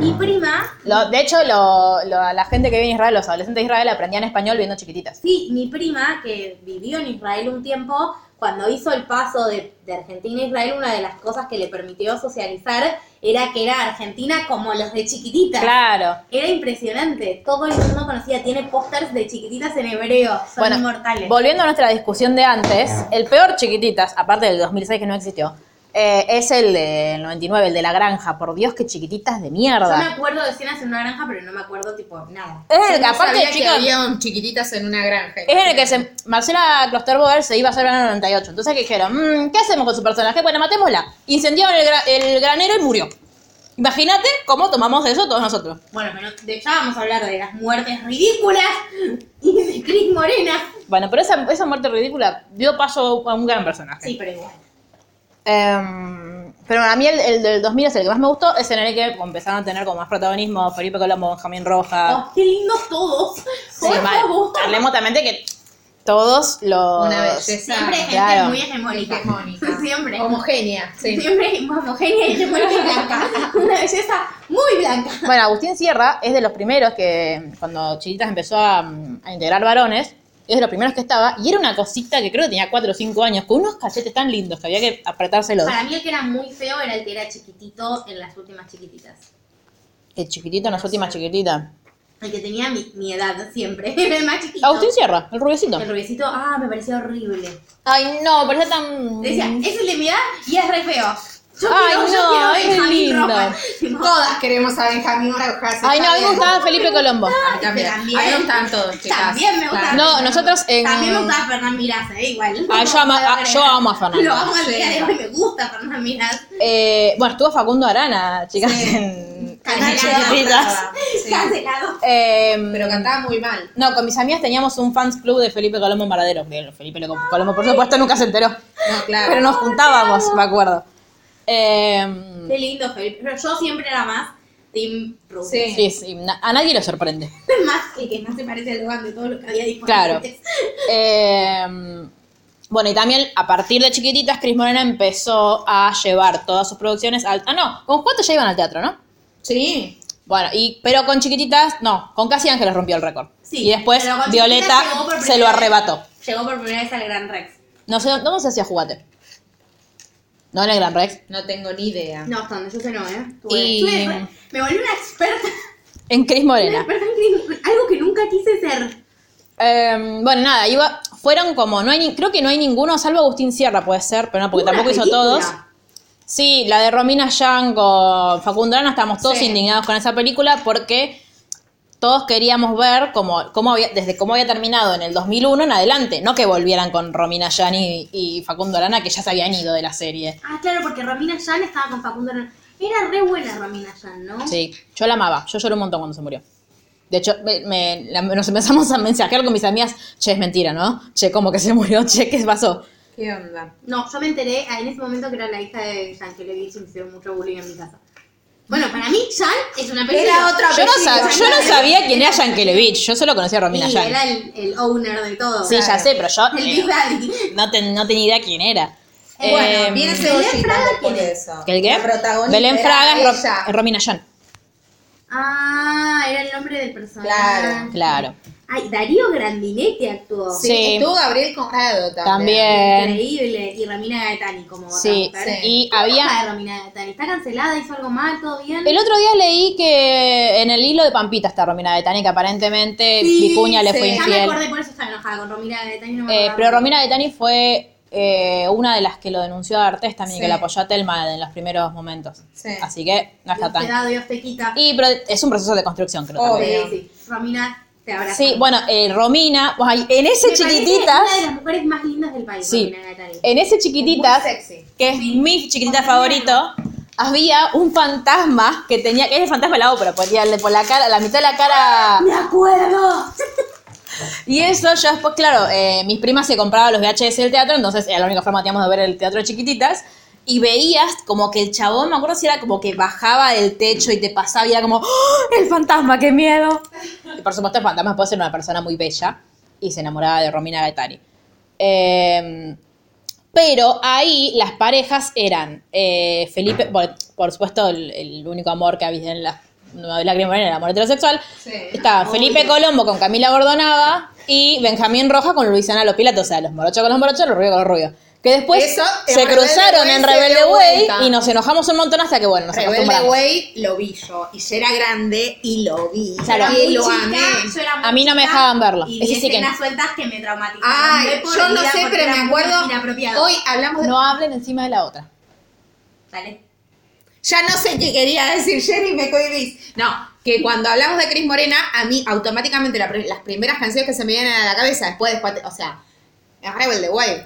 Mi prima.
Lo- de hecho, lo, lo- a la gente que vive en Israel, los adolescentes de Israel, aprendían español viendo chiquititas.
Sí, mi prima, que vivió en Israel un tiempo, cuando hizo el paso de, de Argentina a Israel, una de las cosas que le permitió socializar era que era Argentina como los de chiquitita.
Claro.
Era impresionante. Todo el mundo conocía, tiene pósters de chiquititas en hebreo. Son
Bueno,
inmortales.
Volviendo a nuestra discusión de antes, el peor chiquititas, aparte del 2006 que no existió, eh, es el del 99, el de la granja. Por Dios, qué chiquititas de
Yo me
mierda.
acuerdo de escenas en una granja, pero no me acuerdo, tipo, nada.
Es el que,
No
aparte,
sabía que
chicos,
había un chiquititas en una granja.
es en el que se, Marcela Klosterboer se iba a hacer verano en el 98. Entonces, ¿qué dijeron? Mm, ¿Qué hacemos con su personaje? Bueno, matémosla. Incendiaron el, gra- el granero y murió. Imagínate cómo tomamos eso todos nosotros.
Bueno, pero de ya vamos a hablar de las muertes ridículas y de Cris Morena.
Bueno, pero esa, esa muerte ridícula dio paso a un gran personaje.
Sí, pero igual.
Em, pero a mí el, el del 2000 es el que más me gustó, es en el que empezaron a tener como más protagonismo Felipe Colombo, Benjamín Roja.
Oh, ¡Qué lindos todos!
Sí,
Por
mal.
favor.
Hablemos también de que todos los...
Oh, Una belleza.
Siempre gente
Claro.
muy hegemónica.
Hegemónica.
Siempre.
Homogénea, sí.
Siempre homogénea y hegemónica blanca. Una belleza muy blanca.
Bueno, Agustín Sierra es de los primeros que, cuando Chiquitas empezó a, mm, a integrar varones, es de los primeros que estaba, y era una cosita que creo que tenía 4 o 5 años, con unos cachetes tan lindos que había que apretárselos.
Para mí el que era muy feo era el que era chiquitito en las últimas chiquititas.
El chiquitito en las últimas chiquititas.
El que tenía mi, mi edad siempre. Era el más chiquito.
Agustín Sierra, el rubiecito.
El rubiecito, ah, me parecía horrible.
Ay, no, parecía tan...
Decía, es el de mi edad y es re feo. Yo
Ay,
quiero, yo
no,
quiero
es
Benjamín
lindo.
Rojas. Tipo,
Todas queremos a Benjamín Rojas. está
Ay, no, a mí me
bien.
gustaba Felipe Colombo.
A mí también.
También.
A mí me gustaban todos, chicas.
También me gusta.
Claro.
No, nosotros en-
También me gustaba Fernán Miras, eh, igual.
Ah, yo amo- ah, yo amo a Fernán
Lo amo al
Sí.
día de hoy, me gusta Fernán Miras.
Eh, bueno, estuvo Facundo Arana, chicas, en... en
Cancelado.
Chiquititas.
Sí.
Cancelado.
Em,
Pero cantaba muy mal.
No, con mis amigas teníamos un fans club de Felipe Colombo en Varadero. Bien, Felipe Lo- Colombo, por supuesto, nunca se enteró.
No, claro.
Pero nos juntábamos, me acuerdo. Eh,
Qué lindo, Felipe. Pero yo siempre era más Tim Rubio.
Sí.
sí, sí, na- a nadie lo sorprende.
Más el que más se parece al Logan de todo lo que había dicho
Claro.
antes.
Eh, bueno, y también a partir de chiquititas, Cris Morena empezó a llevar todas sus producciones al. Ah, no, con cuánto ya iban al teatro, ¿no?
Sí.
Bueno, y, pero con chiquititas, no, con Casi Ángeles rompió el récord.
Sí,
y después
pero con
Violeta
Chiquititas llegó por
se lo
primera vez.
arrebató.
Llegó por primera vez al Gran Rex.
No sé, ¿dónde se hacía jugate? No en el Gran Rex.
No tengo ni idea.
No, hasta donde yo sé no, ¿eh?
Y-
Estuve- estuve- me volví una experta.
En Cris
Una
Morena.
experta en crimen, algo que nunca quise ser.
Eh, bueno, nada, iba, fueron como, no hay ni- creo que no hay ninguno, salvo Agustín Sierra puede ser, pero no, porque
Hubo una
tampoco hizo
película.
todos. Sí, la de Romina Yang con Facundo Arana, estábamos todos indignados con esa película porque todos queríamos ver cómo, cómo había, desde cómo había terminado en el 2001 en adelante, no que volvieran con Romina Yan y, y Facundo Arana, que ya se habían ido de la serie.
Ah, claro, porque Romina Yan estaba con Facundo. Hernández. Era re buena Romina Yan, ¿no?
Sí, yo la amaba, yo lloré un montón cuando se murió. De hecho, me- me- la- nos empezamos a mensajear con mis amigas, che, es mentira, ¿no? Che, ¿cómo que se murió? Che, ¿qué pasó?
¿Qué onda?
No, yo me enteré ah, en ese momento que era la hija de Yan, que le dije me hicieron mucho bullying en mi casa. Bueno, para mí Yan es una película.
Era otra
Yo no, sab-
Yankelevich.
yo no sabía quién era Yankelevich, yo solo conocía a Romina
Sí,
Yan.
era el, el owner de todo.
Sí, ya sé, pero yo
El
eh,
Big Daddy.
no, ten- no tenía idea quién era. Eh,
Bueno, viene
Belén
cebollita
Fraga,
por
¿quién es?
eso.
¿El qué?
La protagonista
Belén
era
Fraga es Ro-
ella.
es Romina Yan.
Ah, era el nombre del personaje.
Claro.
Claro.
Ay, Darío Grandinetti actuó.
Sí,
Sí.
estuvo Gabriel Conrado también.
También.
Increíble. Y Romina Gaetani como otra
Sí,
mujer.
sí.
y
¿Cómo
había...
está Romina Gaetani? ¿Está cancelada? ¿Hizo algo mal? ¿Todo bien?
El otro día leí que en el hilo de Pampita está Romina Betani, que aparentemente Vicuña le
sí.
fue
Ya
ya me
infiel.
acordé, por eso estaba enojada con Romina Gaetani. No me
Eh,
acordaba.
pero Romina Betani fue eh, una de las que lo denunció a Artes también,
Sí.
que la apoyó a Telma en los primeros momentos.
Sí.
Así que no está
Dios te
tan...
da, Dios te quita.
Y pero es un proceso de construcción, creo. también.
Sí,
Obvio.
sí. Romina te abraza.
Sí, bueno, eh, Romina, ay, en ese
Me parece
chiquititas,
Una de las mujeres más lindas del país,
Sí. Eh,
Romina Gaetani.
en ese chiquititas,
Muy sexy.
que es mi chiquitita
Con
favorito, había un fantasma que tenía, que es el fantasma de la ópera, ponía el de por la cara, la mitad de la cara.
¡Me acuerdo!
Y eso yo después, claro, eh, mis primas se compraban los VHS del teatro, entonces era la única forma que teníamos de ver el teatro de chiquititas. Y veías como que el chabón, me acuerdo si era como que bajaba del techo y te pasaba y era como, ¡Oh, ¡el fantasma, qué miedo! Y por supuesto el fantasma puede ser una persona muy bella y se enamoraba de Romina Gaetani. Eh, pero ahí las parejas eran eh, Felipe, por, por supuesto, el, el único amor que había en la nueva lágrima era el amor heterosexual.
Sí.
Estaba Felipe Colombo con Camila Bordonaba y Benjamín Roja con Luisana Lopilato. O sea, los morochos con los morochos, los rubios con los rubios. Que después
Eso, en
se
Rebelde
cruzaron
Way
en
se
Rebelde
dio
Way
vuelta.
y nos enojamos un montón hasta que, bueno, nos
Rebelde
acostumbramos.
Way lo vi yo. Y yo era grande y lo vi.
Claro.
Y
Era muy
lo
chica,
amé.
yo era muy
A mí no me
chica
dejaban verlo.
Y
Ese
vi
sí que-
escenas sueltas que me traumatizaron. de
Ay,
por
yo no
vida
sé,
porque
pero me
eran muy
acuerdo.
inapropiadas.
Hoy hablamos de.
No hablen encima de la otra.
Dale.
Ya no sé qué quería decir Jenny, me cohibís. No, que cuando hablamos de Cris Morena, a mí automáticamente la pri- las primeras canciones que se me vienen a la cabeza después de cuatro- O sea, es Rebelde Way.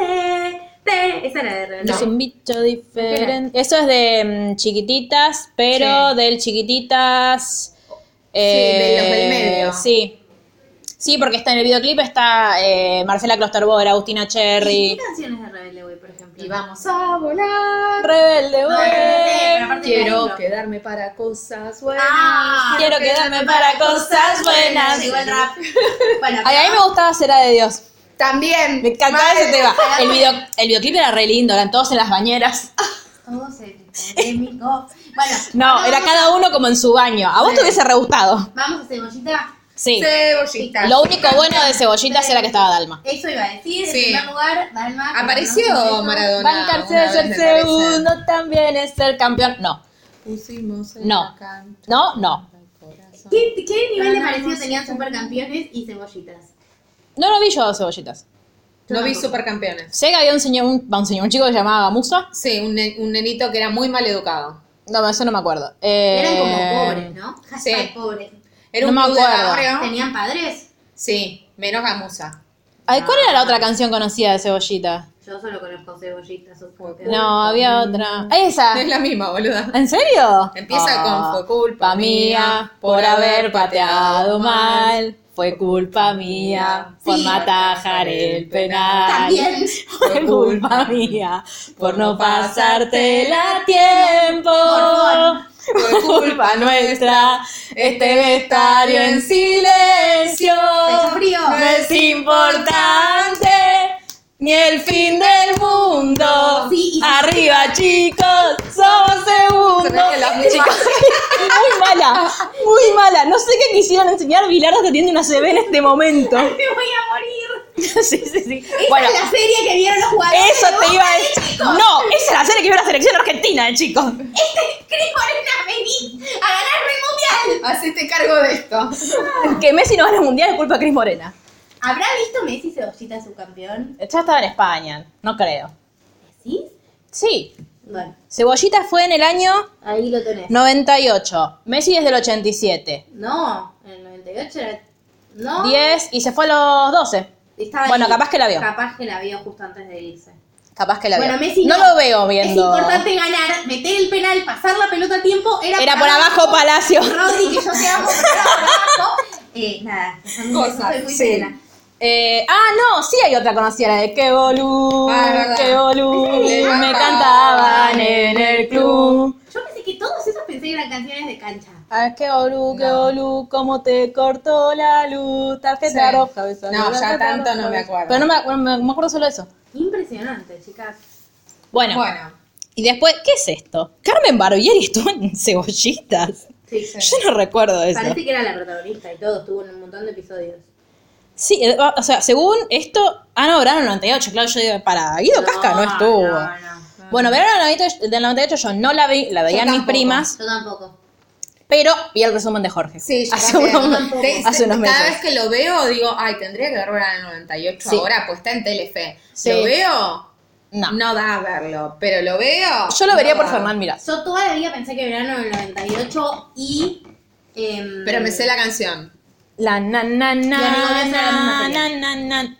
Adolescente. Esa era de Rebelde.
Es un bicho diferente. Eso es de mm, chiquititas, pero del chiquititas. eh,
de los del medio.
Sí. Sí, porque está en el videoclip está eh, Marcela Klosterbora, Agustina
¿Qué
Cherry,
canciones de Rebelde Way, por ejemplo?
Y vamos a volar.
Rebelde,
No,
güey.
Rebelde, pero aparte
Quiero
bailo.
quedarme para cosas buenas.
Ah,
Quiero quedarme para cosas buenas.
Igual rap. Bueno,
Ay, a mí me gustaba Será de Dios.
También.
Me encantaba
Madre.
ese tema. El, video, el videoclip era re lindo, eran todos en las bañeras.
Todo se polémico. Bueno.
No,
ahora
era
vamos-
cada uno como en su baño. A vos
Sí.
te hubiese re gustado.
Vamos a cebollita.
Sí.
Cebollita.
Lo único bueno de Cebollitas era que estaba Dalma.
Eso iba a decir.
Sí.
En primer lugar, Dalma. que
Apareció
no hizo eso.
Maradona.
Bancarse
una
de
vez,
ser
me parece.
segundo también es ser campeón. No,
Pusimos en
No.
la cancha
no, no.
el corazón.
¿Qué, qué nivel de parecido tenían supercampeones y cebollitas?
No lo vi yo a Cebollitas.
No vi supercampeones.
Sé que había un señor, un, un señor, un chico que se llamaba Musa.
Sí, un, ne- un nenito que era muy mal educado.
No, eso no me acuerdo. Eh,
Eran como pobres, ¿no? Hashtag
sí.
pobres.
Era
No
un
me
club de
acuerdo.
barrio.
¿Tenían padres?
Sí, menos gamusa.
Ay, ¿cuál era la otra canción conocida de Cebollita?
Yo solo conozco cebollitas. supercampeones.
No, había otra. Esa.
Es la misma, boluda.
¿En serio? Ah,
Empieza con fue culpa mía por haber pateado mal.
Fue culpa mía por
Sí.
matajar el penal.
También.
Fue culpa mía por no pasarte la tiempo. Fue culpa nuestra este vestario en silencio.
Pecho frío.
No es importante ni el fin del mundo.
Sí, y-
Arriba, chicos, somos segundos.
Creo que la misma.
Chicos, muy mala, muy mala. No sé qué quisieron enseñar Bilardo que tiene una CB en este momento.
Me voy a morir.
sí, sí, sí.
Esa
Bueno,
es la serie que vieron los jugadores.
eso
de
te iba
¿eh,
a
Boca,
decir.
chicos.
No, esa es la serie que vio la selección argentina, eh, chicos.
Este es Cris Morena, vení a ganarme el mundial.
Hacete cargo de esto.
Que Messi no gana el mundial es culpa de Cris Morena.
¿Habrá visto Messi Cebollita subcampeón?
Ya estaba en España, no creo.
¿Sí?
Sí,
Bueno,
Cebollita fue en el año
ahí lo tenés.
98. Messi desde el 87.
No, en el 98 era. No.
10 y se fue a los 12.
Estaba
Bueno,
ahí.
capaz que la vio.
Capaz que la vio justo antes de irse.
Capaz que la vio.
Bueno, Messi
no,
no.
lo veo viendo.
Es importante ganar, meter el penal, pasar la pelota a tiempo. Era,
Era por abajo Palacio.
Rodri, que yo te amo, pero era por abajo. Eh, nada,
Cosas,
soy muy
sí.
plena.
Eh, ah, no, sí hay otra conocida, la de qué
Ah, es
volumen,
verdad.
qué volumen, me cantaban en el club.
Yo pensé que todos esos pensé que eran canciones de cancha.
Ah, qué volú, qué volú, cómo te cortó la luz, tarjeta
Sí.
roja, beso.
No,
roja,
ya
tarjeta
tanto no
roja,
me
beso.
acuerdo.
Pero no me, bueno, me- me acuerdo solo eso.
Impresionante, chicas.
Bueno,
Bueno,
y después, ¿qué es esto? Carmen Barbieri estuvo en Cebollitas.
Sí, sí.
Yo no recuerdo eso.
Parece que era la protagonista y todo, estuvo en un montón de episodios.
Sí, eh, o sea, según esto. Ah, no, verano del 98, claro, yo digo, para Guido Casca no estuvo.
No, no.
Bueno, verano del 98, del 98 yo no la vi, la veían mis
tampoco.
primas,
Yo tampoco.
pero vi el resumen de Jorge.
sí, yo
hace,
también.
unos,
Te-
hace unos meses.
Cada vez que lo veo, digo, ay, tendría que verlo en el 98
Sí.
ahora, pues está en Telefe.
Sí.
Lo veo,
No.
no. da a verlo, pero lo veo.
Yo lo vería
no
por
da.
Fernán Mirás.
Yo toda la vida pensé que verano del 98 y. em,
Pero me sé la canción.
La na na na
Ya no voy a hacer la
na
misma
na na na.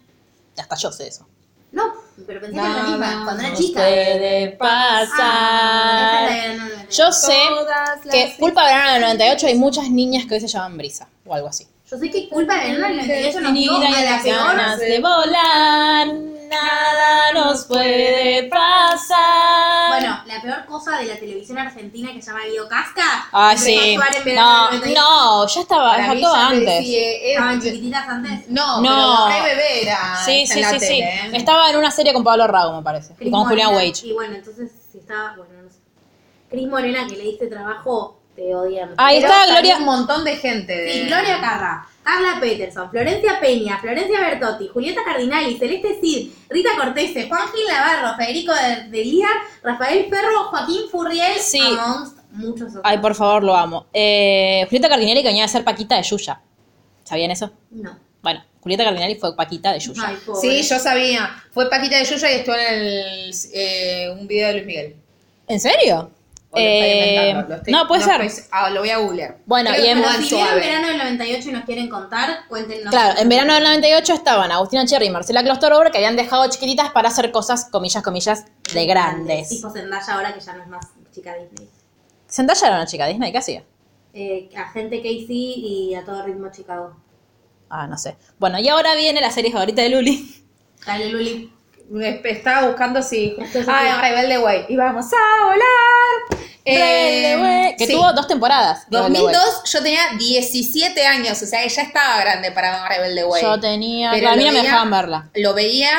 Hasta yo sé eso.
No, pero pensé que era la
Nada
misma, cuando era
nos
chica.
Puede
Ah, esa es la
pasar.
de verano del 98.
Yo sé
Todas las
que culpa de verano del 98 hay muchas niñas que hoy se llaman Brisa o algo así.
Yo sé que culpa de verano del 98 nos dio
Mira
a
y
la
las ganas
peor.
de volar, nada nos puede pasar.
Bueno, la peor cosa de la televisión argentina que se llama Guido Casca.
ah,
empezó a
sí.
actuar en verano
No,
del 98.
no, ya estaba,
Para mí
actuaba
ya
antes.
decía, eh,
Estaban chiquititas antes.
No,
No.
pero la re bebé
ah,
era
sí,
en
sí,
la
sí, sí.
tele, ¿eh?
Estaba en una serie con Pablo Rago, me parece. y
Cris
con Julián
Morena,
Wage.
Y bueno, entonces si estaba, bueno, no sé. Cris Morena, que le diste trabajo, te odian.
Ahí
Pero
está
salió
Gloria.
un montón de gente. de-
Sí, Gloria Carra, Carla Peterson, Florencia Peña, Florencia Bertotti, Julieta Cardinali, Celeste Cid, Rita Cortese, Juan Gil Navarro, Federico de, de Lía, Rafael Ferro, Joaquín Furriel,
Sí.
amongst muchos otros.
Ay, por favor, lo amo. Eh, Julieta Cardinelli que venía a ser Paquita de Yuya. ¿Sabían eso?
No.
Bueno, Julieta Cardinelli fue Paquita de Yuya.
Ay, pobre.
Sí, yo sabía. Fue Paquita de Yuya y estuvo en el, eh, un video de Luis Miguel.
¿En serio?
O lo estoy inventando, lo
Eh,
estoy-
no, puede
no
ser.
estoy- ah, lo voy a googlear.
Bueno,
Creo
y
que
en-
fue
Bueno,
Juan
si vieron
Suave.
verano del 98 y nos quieren contar, cuéntenos.
Claro, en verano del 98 estaban Agustina Cherry y Marcela Clostorobra que habían dejado chiquititas para hacer cosas, comillas, comillas, de grandes.
Tipo Zendaya ahora que ya no es más chica Disney.
Zendaya era una chica Disney, ¿qué hacía?
Eh, a gente Casey y a todo ritmo Chicago.
Ah, no sé. Bueno, y ahora viene la serie favorita de Luli.
Dale, Luli.
Estaba buscando si. Ah, Rebelde Way. Y vamos a volar. Eh,
Rebelde Way, que
sí.
tuvo dos temporadas. Rebelde
2002
Way.
yo tenía 17 años, o sea, ella estaba grande para ver Rebelde Way.
Yo tenía.
Pero
a mí
lo
no me
veía-
dejaban verla.
Lo veía,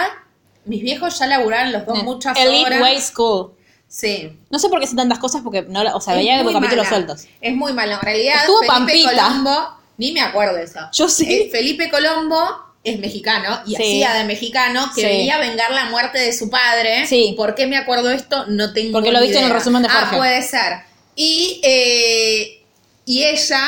mis viejos ya laburaron los dos muchas
Elite
horas.
Way School.
Sí.
No sé por qué sé tantas cosas, porque no, la- o sea,
Es
veía
muy
los capítulos
mala.
sueltos.
Es muy malo, en realidad.
Estuvo
Felipe
Pampita.
Colombo, ni me acuerdo de eso.
Yo sí.
Eh, Felipe Colombo es mexicano y
Sí.
hacía de mexicano que
Sí.
venía a vengar la muerte de su padre.
Sí.
¿Por qué me acuerdo esto? No tengo
Porque lo
ni
viste en el
idea.
resumen de Jorge.
Ah, puede ser. Y, eh, y ella.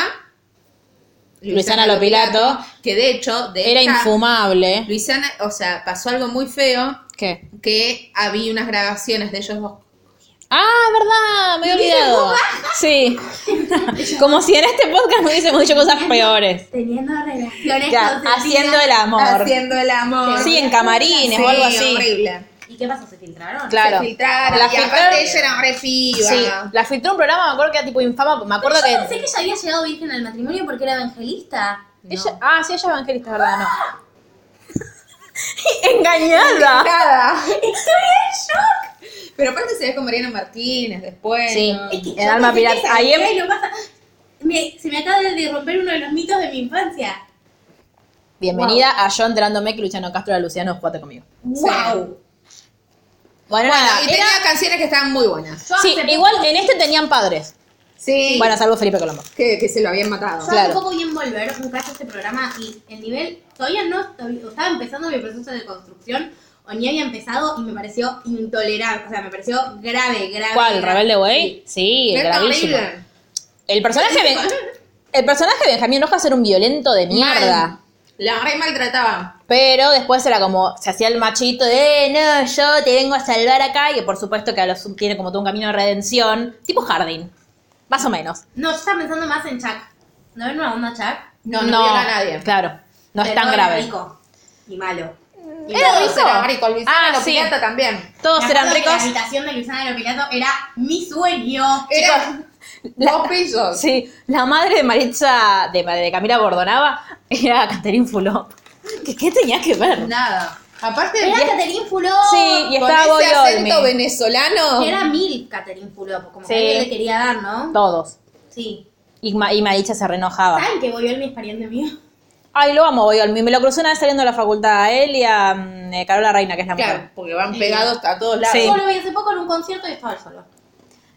Luisana Lopilato,
que de hecho de
Era
esta-
infumable.
Luisana, o sea, pasó algo muy feo
¿Qué?
que había unas grabaciones de ellos dos
Ah, es verdad, me había olvidado. Sí. Como si en este podcast no hubiésemos dicho cosas peores.
Teniendo relaciones
Ya,
consentidas.
haciendo el amor.
haciendo el amor.
Sí, en camarines
Sí,
o algo así.
horrible.
¿Y qué pasó? ¿Se filtraron?
Claro.
Se filtraron.
La
y aparte
filtraron-
ella era re piba.
Sí, la filtró un programa, me acuerdo que era tipo infama, me
Pero
acuerdo
yo
que...
pensé que ella había llegado virgen al matrimonio porque era evangelista.
Ella- Ah, sí, ella es evangelista, ¿verdad? No. Engañada.
Nada. Pero aparte se ve con Mariano Martínez después.
Sí,
¿no?
Es que
el
yo
alma
pensé
pirata.
que esa
Ahí
idea
em-
y no pasa. Me- se me acaba de romper uno de los mitos de mi infancia.
Bienvenida a Yo enterándome que Luciano Castro era Luciano, jugate conmigo.
¡Wow!
Bueno,
Bueno,
nada,
Ah, y
era-
tenía canciones que estaban muy buenas.
Yo
Sí,
hace poco-
igual en este tenían padres.
Sí.
Bueno, salvo Felipe Colombo.
que, que se lo habían matado.
Yo
claro.
hace poco vi en volver un cacho este programa y el nivel. Todavía no estoy- estaba empezando mi proceso de construcción o ni había empezado y me pareció intolerable. O sea, me pareció grave, grave.
¿Cuál?
grave.
¿Rebelde Way? Sí,
Era
gravísimo.
horrible.
El personaje, Ben- el personaje de Benjamín Rojas era un violento de mierda.
Mal. La re maltrataba.
Pero después era como, se hacía el machito de, "Eh, no, yo te vengo a salvar acá. Y por supuesto que a los, tiene como todo un camino de redención. Tipo Jardín. Más o menos.
No, yo estaba pensando más en Chuck. ¿No ven una onda Chuck?
No, no, viola a nadie.
Claro. No es
Pero
tan
era
grave.
rico y malo. Y
Era
malo.
Todos
rico.
eran ricos. Luisana
Ah, sí.
Lopilato también.
Todos
Me
eran
acuerdo que La
ricos.
habitación de Luisana Lopilato era mi sueño.
Eran dos pisos.
Sí, la madre de Maritza, de, de Camila Bordonaba, era Caterín Fulop. ¿Qué, ¿Qué tenía que ver?
Nada. Aparte
Era
y-
Caterín Fuló.
Sí, y
con
estaba
ese
Boyolmi.
acento venezolano.
Era mil Caterín Fuló, como
Sí.
que alguien le quería dar, ¿no?
Todos.
Sí.
Y, Ma- y Maritza se renojaba.
¿Saben que Boyolmi es pariente mío?
Ay, lo amo, Boyolmi. Me lo crucé una vez saliendo de la facultad a él y a mm, eh, Carola Reina, que es la mujer.
Claro, porque van pegados a todos lados.
Sí.
Yo lo vi hace poco en un concierto y estaba él solo.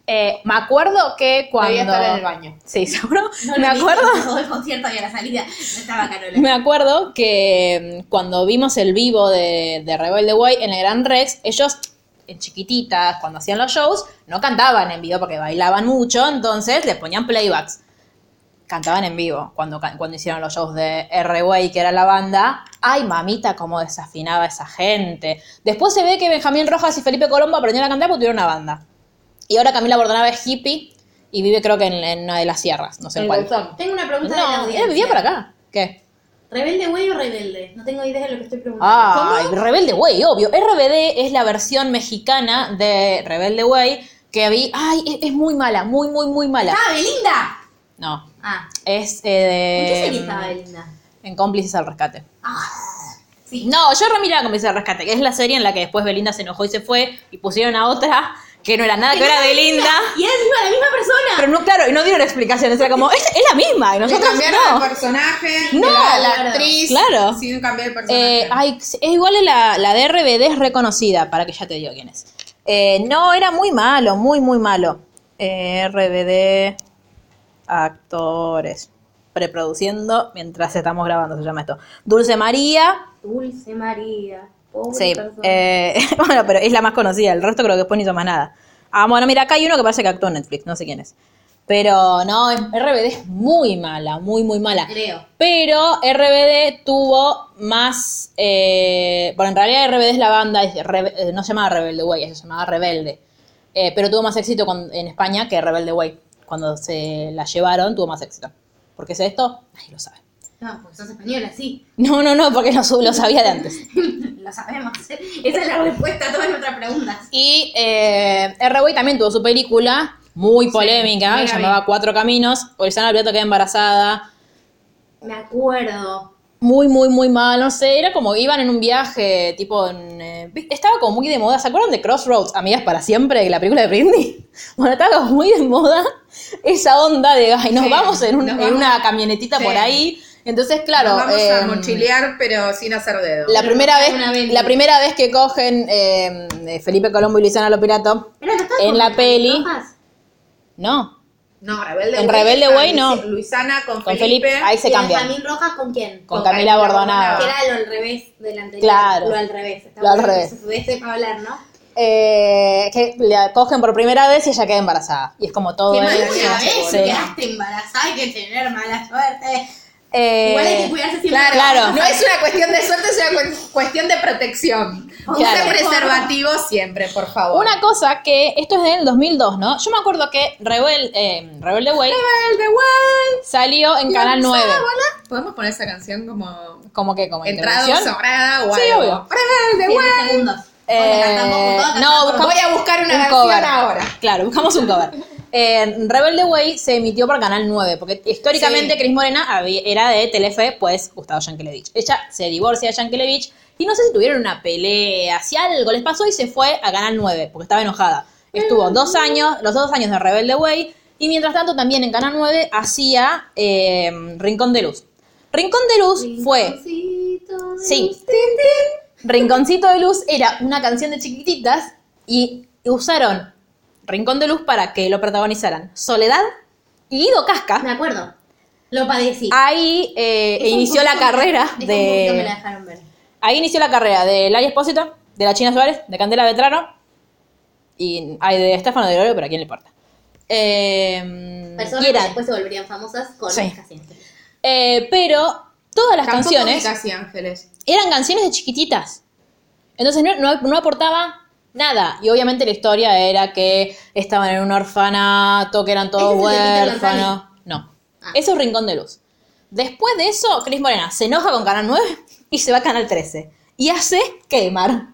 Eh, me acuerdo que cuando.
Debía estar en el baño.
Sí, seguro.
No
me
lo vi,
acuerdo.
Todo el concierto y a la salida no estaba Carola.
Me acuerdo que mm, cuando vimos el vivo de, de Rebelde Way en el Gran Rex, ellos en chiquititas, cuando hacían los shows, no cantaban en vivo porque bailaban mucho, entonces les ponían playbacks. Cantaban en vivo cuando, ca- cuando hicieron los shows de R-Way, que era la banda. Ay, mamita, cómo desafinaba esa gente. Después se ve que Benjamín Rojas y Felipe Colombo aprendieron a cantar porque tuvieron una banda. Y ahora Camila Bordonaba es hippie y vive creo que en, en una de las sierras, no sé en
El
cuál.
bolsón.
Tengo una pregunta de la
No,
audiencia.
él vivía por acá. ¿Qué?
¿Rebelde güey o rebelde? No tengo idea de lo que estoy preguntando.
Ah, Rebelde Way, obvio. RBD es la versión mexicana de Rebelde Way que vi. Ay, es, es muy mala, muy, muy, muy mala.
¡Ah, Belinda!
No,
Ah,
es eh,
¿en
de. mm,
qué serie estaba
Em.
Belinda?
En Cómplices al Rescate.
Sí.
No, yo remiraba Cómplices al Rescate, que es la serie en la que después Belinda se enojó y se fue y pusieron a otra que no era nada que,
no
era
era
Belinda.
Y era encima la misma persona.
Pero no, claro, y no dieron explicaciones. Era como, es, es la misma. Y
Le
nosotros
cambiaron
no.
el personaje,
No,
la, la
claro.
actriz,
Claro.
sin cambiar el personaje.
Eh, ay, es igual a la, la de RBD es reconocida, para que ya te digo quién es. Eh, no, era muy malo, muy, muy malo. Eh, RBD actores. Preproduciendo mientras estamos grabando, se llama esto. Dulce María.
Dulce María. Pobre
Sí.
persona.
eh, bueno, pero es la más conocida. El resto creo que después no hizo más nada. Ah, bueno, mira, acá hay uno que parece que actuó en Netflix, no sé quién es. Pero no, es- RBD es muy mala, muy, muy mala.
Creo.
Pero RBD tuvo más. eh, bueno, en realidad RBD es la banda, es Rebe- eh, no se llamaba Rebelde Way, se llamaba Rebelde. Eh, pero tuvo más éxito con- en España que Rebelde Way. Cuando se la llevaron, tuvo más éxito. ¿Por qué es esto? Nadie lo sabe.
No, porque sos española, sí.
No, no, no, porque no su- lo sabía de antes.
Lo sabemos. Esa es la respuesta a todas nuestras preguntas.
Y eh, R-Way también tuvo su película, muy polémica, que
mega
llamaba Cuatro Caminos. Orizana Alberto queda embarazada.
Me acuerdo.
muy, muy, muy mal, no sé, era como iban en un viaje, tipo, en, eh, vi- estaba como muy de moda, ¿se acuerdan de Crossroads, Amigas para Siempre, la película de Britney? Bueno, estaba como muy de moda esa onda de, ay, nos
Sí,
vamos en, un-
nos
en
vamos.
una camionetita
Sí.
por ahí, entonces, claro.
vamos a
em,
mochilear, pero sin hacer dedo.
la primera, vez,
Una vez.
la primera vez que cogen em, eh, Felipe Colombo y Luciana Lopirato,
Era que estaba
En
con
la
las
peli.
rojas.
no,
No, Rebelde
En
Way
Rebelde
está
Way, no.
Luisana con,
con Felipe,
Felipe.
ahí se
¿Y
cambian.
Benjamín Rojas con quién?
Con
con
Camila
Camila
Bordonado.
Que
Bordonado.
era lo al revés del anterior.
Claro.
Lo al revés. Está
Lo al
bueno,
revés.
eso de ese para hablar, ¿no?
Eh, que la cogen por primera vez y ella queda embarazada. Y es como todo
Qué ¿eh? mal
es-
una
sí.
vez quedaste embarazada, hay que tener mala suerte.
Eh,
Igual hay que cuidarse siempre.
Claro,
Claro.
no es una cuestión de suerte, es una cu- cuestión de protección.
Claro.
Usa preservativo siempre, por favor.
Una cosa que esto es del 2002, ¿no? Yo me acuerdo que Rebel, eh, Rebelde Way
Rebelde Way.
salió en Canal 9.
Podemos poner esa canción como
Como que como
entrada
intervención.
sobrada o
Sí,
algo.
obvio.
Rebelde Way.
10 segundos.
Eh,
Porque cantamos juntos,
no,
cantamos
buscamos
Voy a buscar una
un
versión
cover.
ahora.
Claro, buscamos un cover. Eh, Rebelde Way se emitió por Canal 9, porque históricamente
Sí.
Cris Morena había- era de Telefe, pues Gustavo Yankelevich. Ella se divorcia de Yankelevich y no sé si tuvieron una pelea, si algo les pasó y se fue a Canal 9, porque estaba enojada. Estuvo
Mm.
dos años, los dos años de Rebelde Way, y mientras tanto también en Canal 9 hacía eh, Rincón de Luz. Rincón de Luz fue...
Rinconcito de
Sí.
luz.
Rinconcito de Luz era una canción de chiquititas y usaron Rincón de Luz para que lo protagonizaran Soledad y Guido
Me
Casca.
acuerdo. Lo padecí.
Ahí eh,
Esa
inició la
un poquito-
carrera
esa un poquito me la
de.
dejaron ver.
Ahí inició la carrera de Laia Espósito, de la China Suárez, de Candela Vetrano y ay, de Estefano de Oro, pero a quién le importa. Eh,
Personas
y
que
eran,
después se volverían famosas con
Sí.
las canciones.
eh, pero todas las
Tampoco
canciones.
ni Casi Ángeles.
eran canciones de chiquititas. Entonces no, no- no aportaba nada. Y obviamente la historia era que estaban en un orfanato, que eran todos
¿Ese es el de Peter
huérfanos. No.
Ah.
Eso es Rincón de Luz. Después de eso, Cris Morena se enoja con Canal 9 y se va a Canal 13. Y hace quemar.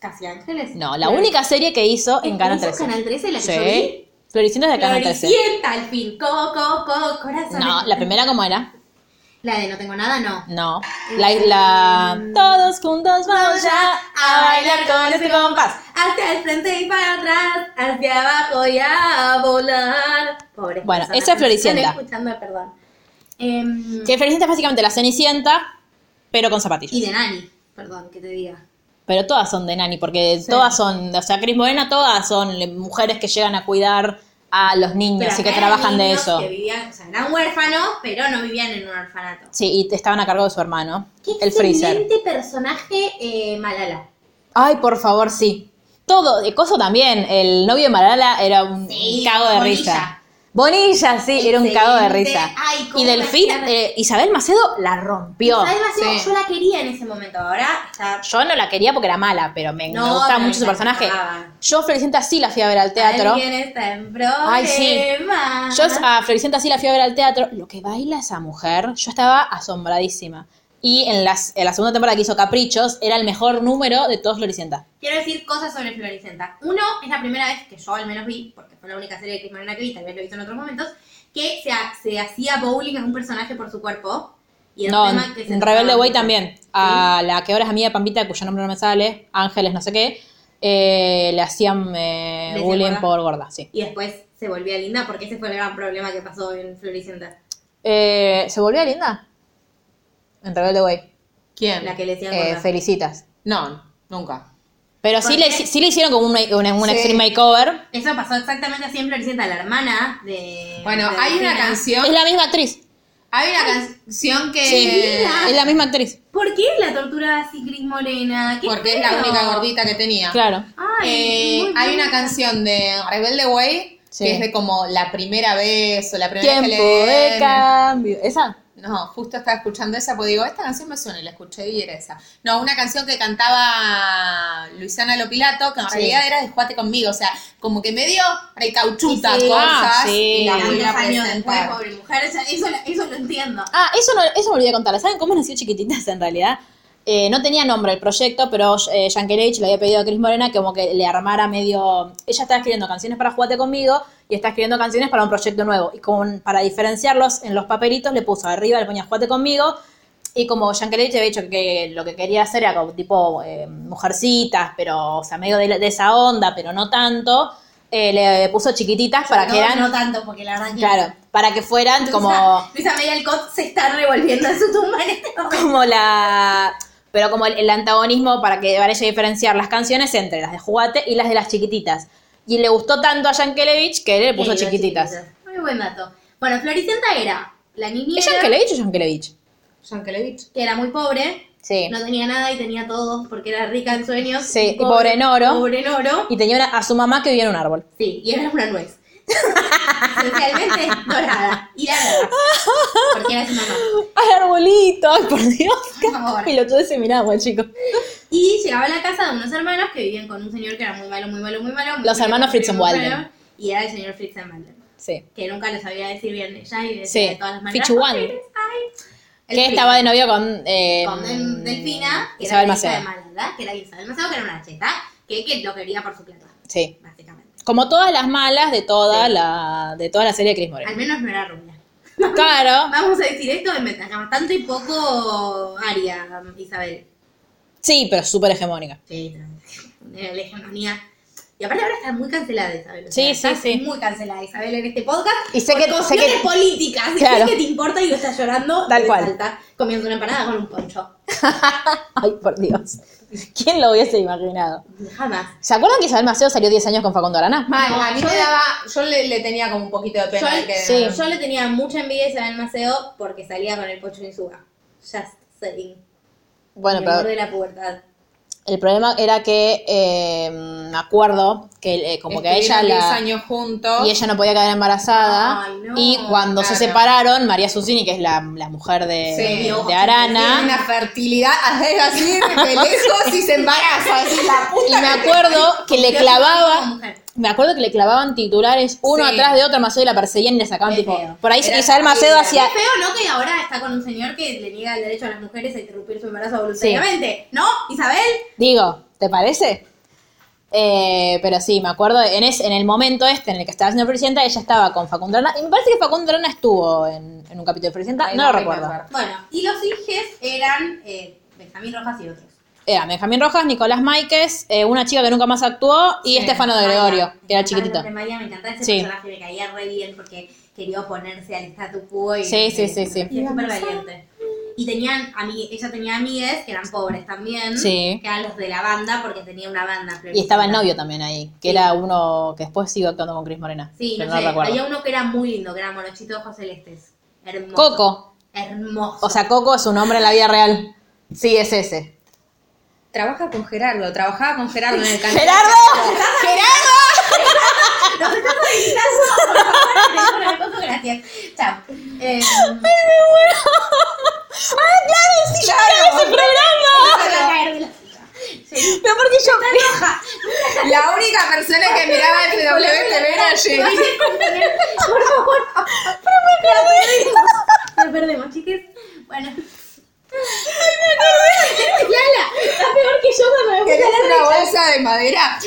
Casi Ángeles.
No, la única serie que hizo en Canal
¿Hizo
13.
Canal 13 la que yo vi?
Sí. Floricienta es de Canal 13.
Floricienta al fin. Coco, coco, corazón.
No, la primera cómo era.
La de No tengo nada, no.
No. La, la- Todos juntos vamos ya a bailar con este compás.
Hacia el frente y para atrás, hacia abajo y a volar. Pobre.
Bueno, esa es Floricienta.
escuchando, perdón. Em,
Que Floricienta es básicamente la Cenicienta, pero con zapatillas.
y de Nani, perdón, que te diga.
Pero todas son de nani, porque todas son, o sea, Cris Morena, todas son le- mujeres que llegan a cuidar a los niños
Pero
y que
acá eran
trabajan de
niños
eso.
Que vivían, o sea, eran huérfanos, pero no vivían en un orfanato.
Sí, y estaban a cargo de su hermano,
Qué
el freezer.
excelente personaje eh, Malala.
Ay, por favor, sí. Todo, de coso también, el novio de Malala era un
Sí,
cago de
Bonilla.
risa. Bonilla, sí, era un
Excelente.
cago de risa.
Ay, cómo
y Delfín,
hacían-
eh, Isabel Macedo la rompió.
Isabel Macedo,
Sí.
yo la quería en ese momento, ahora está...
Yo no la quería porque era mala, pero me, me
No,
gustaba
pero
mucho su
me
personaje.
encantaba.
Yo, Floricienta, sí la fui a ver al teatro.
Alguien está en
Ay, sí.
problemas.
Yo a Floricienta sí la fui a ver al teatro. Lo que baila esa mujer, yo estaba asombradísima. Y en, las, en la segunda temporada que hizo Caprichos, era el mejor número de todos Floricienta.
Quiero decir cosas sobre Floricienta. Uno, es la primera vez que yo al menos vi, porque fue la única serie de Cris Morena que vi, tal vez lo he visto en otros momentos, que se, ha- se hacía bowling a un personaje por su cuerpo. Y era
No,
un tema que se
en Rebelde
trataba
Way
mucho.
también. A la que ahora es amiga de Pampita, cuyo nombre no me sale, Ángeles no sé qué, eh, le hacían eh,
Le decían
bullying
gorda.
por gorda, sí.
Y después se volvía linda porque ese fue el gran problema que pasó en Floricienta.
Eh, ¿Se volvió linda? En Rebelde Way.
¿Quién?
La que le decían
Eh,
gorda.
felicitas.
No, nunca.
Pero sí
¿Por
le,
qué?
sí le hicieron como un, un, un
Sí.
extreme makeover.
Eso pasó exactamente así en Floricienta, la hermana de...
Bueno,
de
hay una
Delfina.
canción.
Es la misma actriz.
Hay una canción que.
Es la misma actriz.
¿Por qué la tortura así Cris Morena? ¿Qué
Porque es la
feo.
única gordita que tenía.
Claro.
Ay,
Eh,
muy
hay
bien.
una canción de Rebelde Way
Sí.
que es de como la primera vez o la primera
Tiempo
vez que le
de
den.
cambio. ¿Esa?
No, justo estaba escuchando esa porque digo, esta canción me suena y la escuché y era esa. No, una canción que cantaba Luisana Lopilato, que en
Sí.
realidad era de Juate conmigo, o sea, como que medio recauchuta
Sí, sí.
cosas
Ah, sí.
y la volvió a
Tantos años después,
presentar.
pobre mujer, o sea, eso, la- eso lo entiendo.
Ah, eso, no, eso me olvidé contar. ¿Saben cómo nació Chiquititas en realidad? Eh, no tenía nombre el proyecto, pero eh, Yankelevich le había pedido a Cris Morena que como que le armara medio... Ella estaba escribiendo canciones para Jugate Conmigo y está escribiendo canciones para un proyecto nuevo. Y con, para diferenciarlos en los papelitos le puso arriba, le ponía Jugate Conmigo Y como Yankelevich había dicho que lo que quería hacer era como tipo eh, mujercitas, pero, o sea, medio de, de esa onda, pero no tanto, eh, le puso chiquititas para
no,
que eran.
no tanto, porque la verdad que.
claro, para que fueran
Luisa-
como.
Luisa May Alcott se está revolviendo en su tumba en este momento.
como la. Pero como el, el antagonismo para que vaya a diferenciar las canciones entre las de Jugate y las de las chiquititas. Y le gustó tanto a Yankelevich que le puso
Querido,
chiquititas.
Muy buen dato. Bueno, Floricienta era la
¿Es
niñera
Yankelevich o Yankelevich?
Yankelevich.
que era muy pobre,
Sí.
no tenía nada y tenía todo porque era rica en sueños.
Sí, y pobre en oro.
Pobre en oro.
Y tenía una- a su mamá que vivía en un árbol.
Sí, y era una nuez. Esencialmente dorada. Y la nueva. Porque era su mamá.
¡Ay, arbolito! ¡Ay, por Dios!
Por favor.
Y lo tuve seminado, chicos.
Y llegaba a la casa de unos hermanos que vivían con un señor que era muy malo, muy malo, muy malo. muy
Los
malo,
hermanos
muy malo,
Fritzenwalden.
muy malo, Y era el señor Fritzenwalden.
Sí.
Que nunca le sabía decir bien ella y decía
Sí.
de todas las maneras.
Fichuwalden.
"Ay, ay". El
Que
Fritz.
estaba de novio con. eh,
con Del- Delfina, que
Isabel
era la hija
Maceo.
de Maldad, que era Isabel Maceo, que era una cheta, que, que lo quería por su plata,
Sí.
básicamente.
Como todas las malas de toda la de toda la serie de Chris
Al
Morena.
menos no era rubia.
Claro.
Vamos a decir esto en ventaja, bastante y poco aria, Isabel.
Sí, pero súper hegemónica.
Sí, la hegemonía. Y aparte ahora está muy cancelada Isabel. o
Sí,
sea,
sí,
está
sí.
Muy cancelada Isabel en este podcast.
Y sé
por
que- sé
cuestiones
que-
políticas. Si
Claro.
es que te importa y lo estás llorando,
Tal
te
cual.
salta, comiendo una empanada con un poncho.
Ay, por Dios. ¿Quién lo hubiese imaginado?
Jamás.
¿Se acuerdan que Isabel Maceo salió 10 años con Facundo Arana?
Mal,
No,
a mí
yo-
me daba, yo le, le tenía como un poquito de
Yo,
pena. de que,
sí.
yo le tenía mucha envidia a Isabel Maceo porque salía con el pocho en suga. Just saying.
Bueno,
el amor
pero
de la pubertad.
el problema era que eh, me acuerdo que eh, como que a ella
estuvieron 10
la
años juntos.
y ella no podía quedar embarazada
Ay, no,
y cuando se
claro.
separaron María Susini que es la, la mujer de,
Sí,
de
ojo,
Arana
Tiene una fertilidad así de lejos y se embaraza. Así, la puta
Y me
que te-
acuerdo que le
Pero como
clavaba.
mujer.
Me acuerdo que le clavaban titulares uno
Sí.
atrás de otro a Macedo y la perseguían y le sacaban
Qué
tipo.
feo.
Por ahí
Era
Isabel Macedo
terrible.
hacía.
Es feo, ¿no? Que ahora está con un señor que le niega el derecho a las mujeres a interrumpir su embarazo voluntariamente. ¿No, Isabel?
Digo, ¿te parece? Eh, pero sí, me acuerdo en, es, en el momento este en el que estaba siendo Floricienta, ella estaba con Facundo Arana. Y me parece que Facundo Arana estuvo en, en un capítulo de Floricienta,
Ay,
no,
no
lo
me
recuerdo.
acuerdo.
Bueno, y los hijes eran eh, Benjamín Rojas y otros.
Era Benjamín Rojas, Nicolás Máiquez, eh, una chica que nunca más actuó y Estefano de Gregorio,
Maya.
que era
Ah,
chiquitito.
de Maya, me encantaba ese
Sí.
personaje, me caía re bien porque quería oponerse al statu quo y
Sí, sí,
eh,
sí, sí.
y es súper valiente. Y tenían, ami- ella tenía amigues que eran pobres también,
Sí.
que eran los de la banda porque tenía una banda.
Y estaba el novio también ahí, que
Sí.
era uno que después siguió actuando con Cris Morena.
Sí,
pero
no,
no,
sé,
recuerdo.
había uno que era muy lindo, que era morochito ojos celestes. Hermoso.
Coco.
Hermoso.
O sea, Coco es un hombre en la vida real. Sí, es ese.
Trabaja con Gerardo, trabajaba con Gerardo en el canal.
¡Gerardo! ¡Gerardo!
Nos estás editando, por favor, Alfonso, gracias. Chao. Eh,
¡Ah, claro! ¡Sí, yo grabé ese programa!
se va a caer de la silla. Sí.
Pero porque yo...
La única persona que miraba el WTV era Jenny.
Por favor. Nos perdemos, chiques. Bueno. Lala, está peor que yo cuando me fui a
¿Querés
la
una bolsa de madera?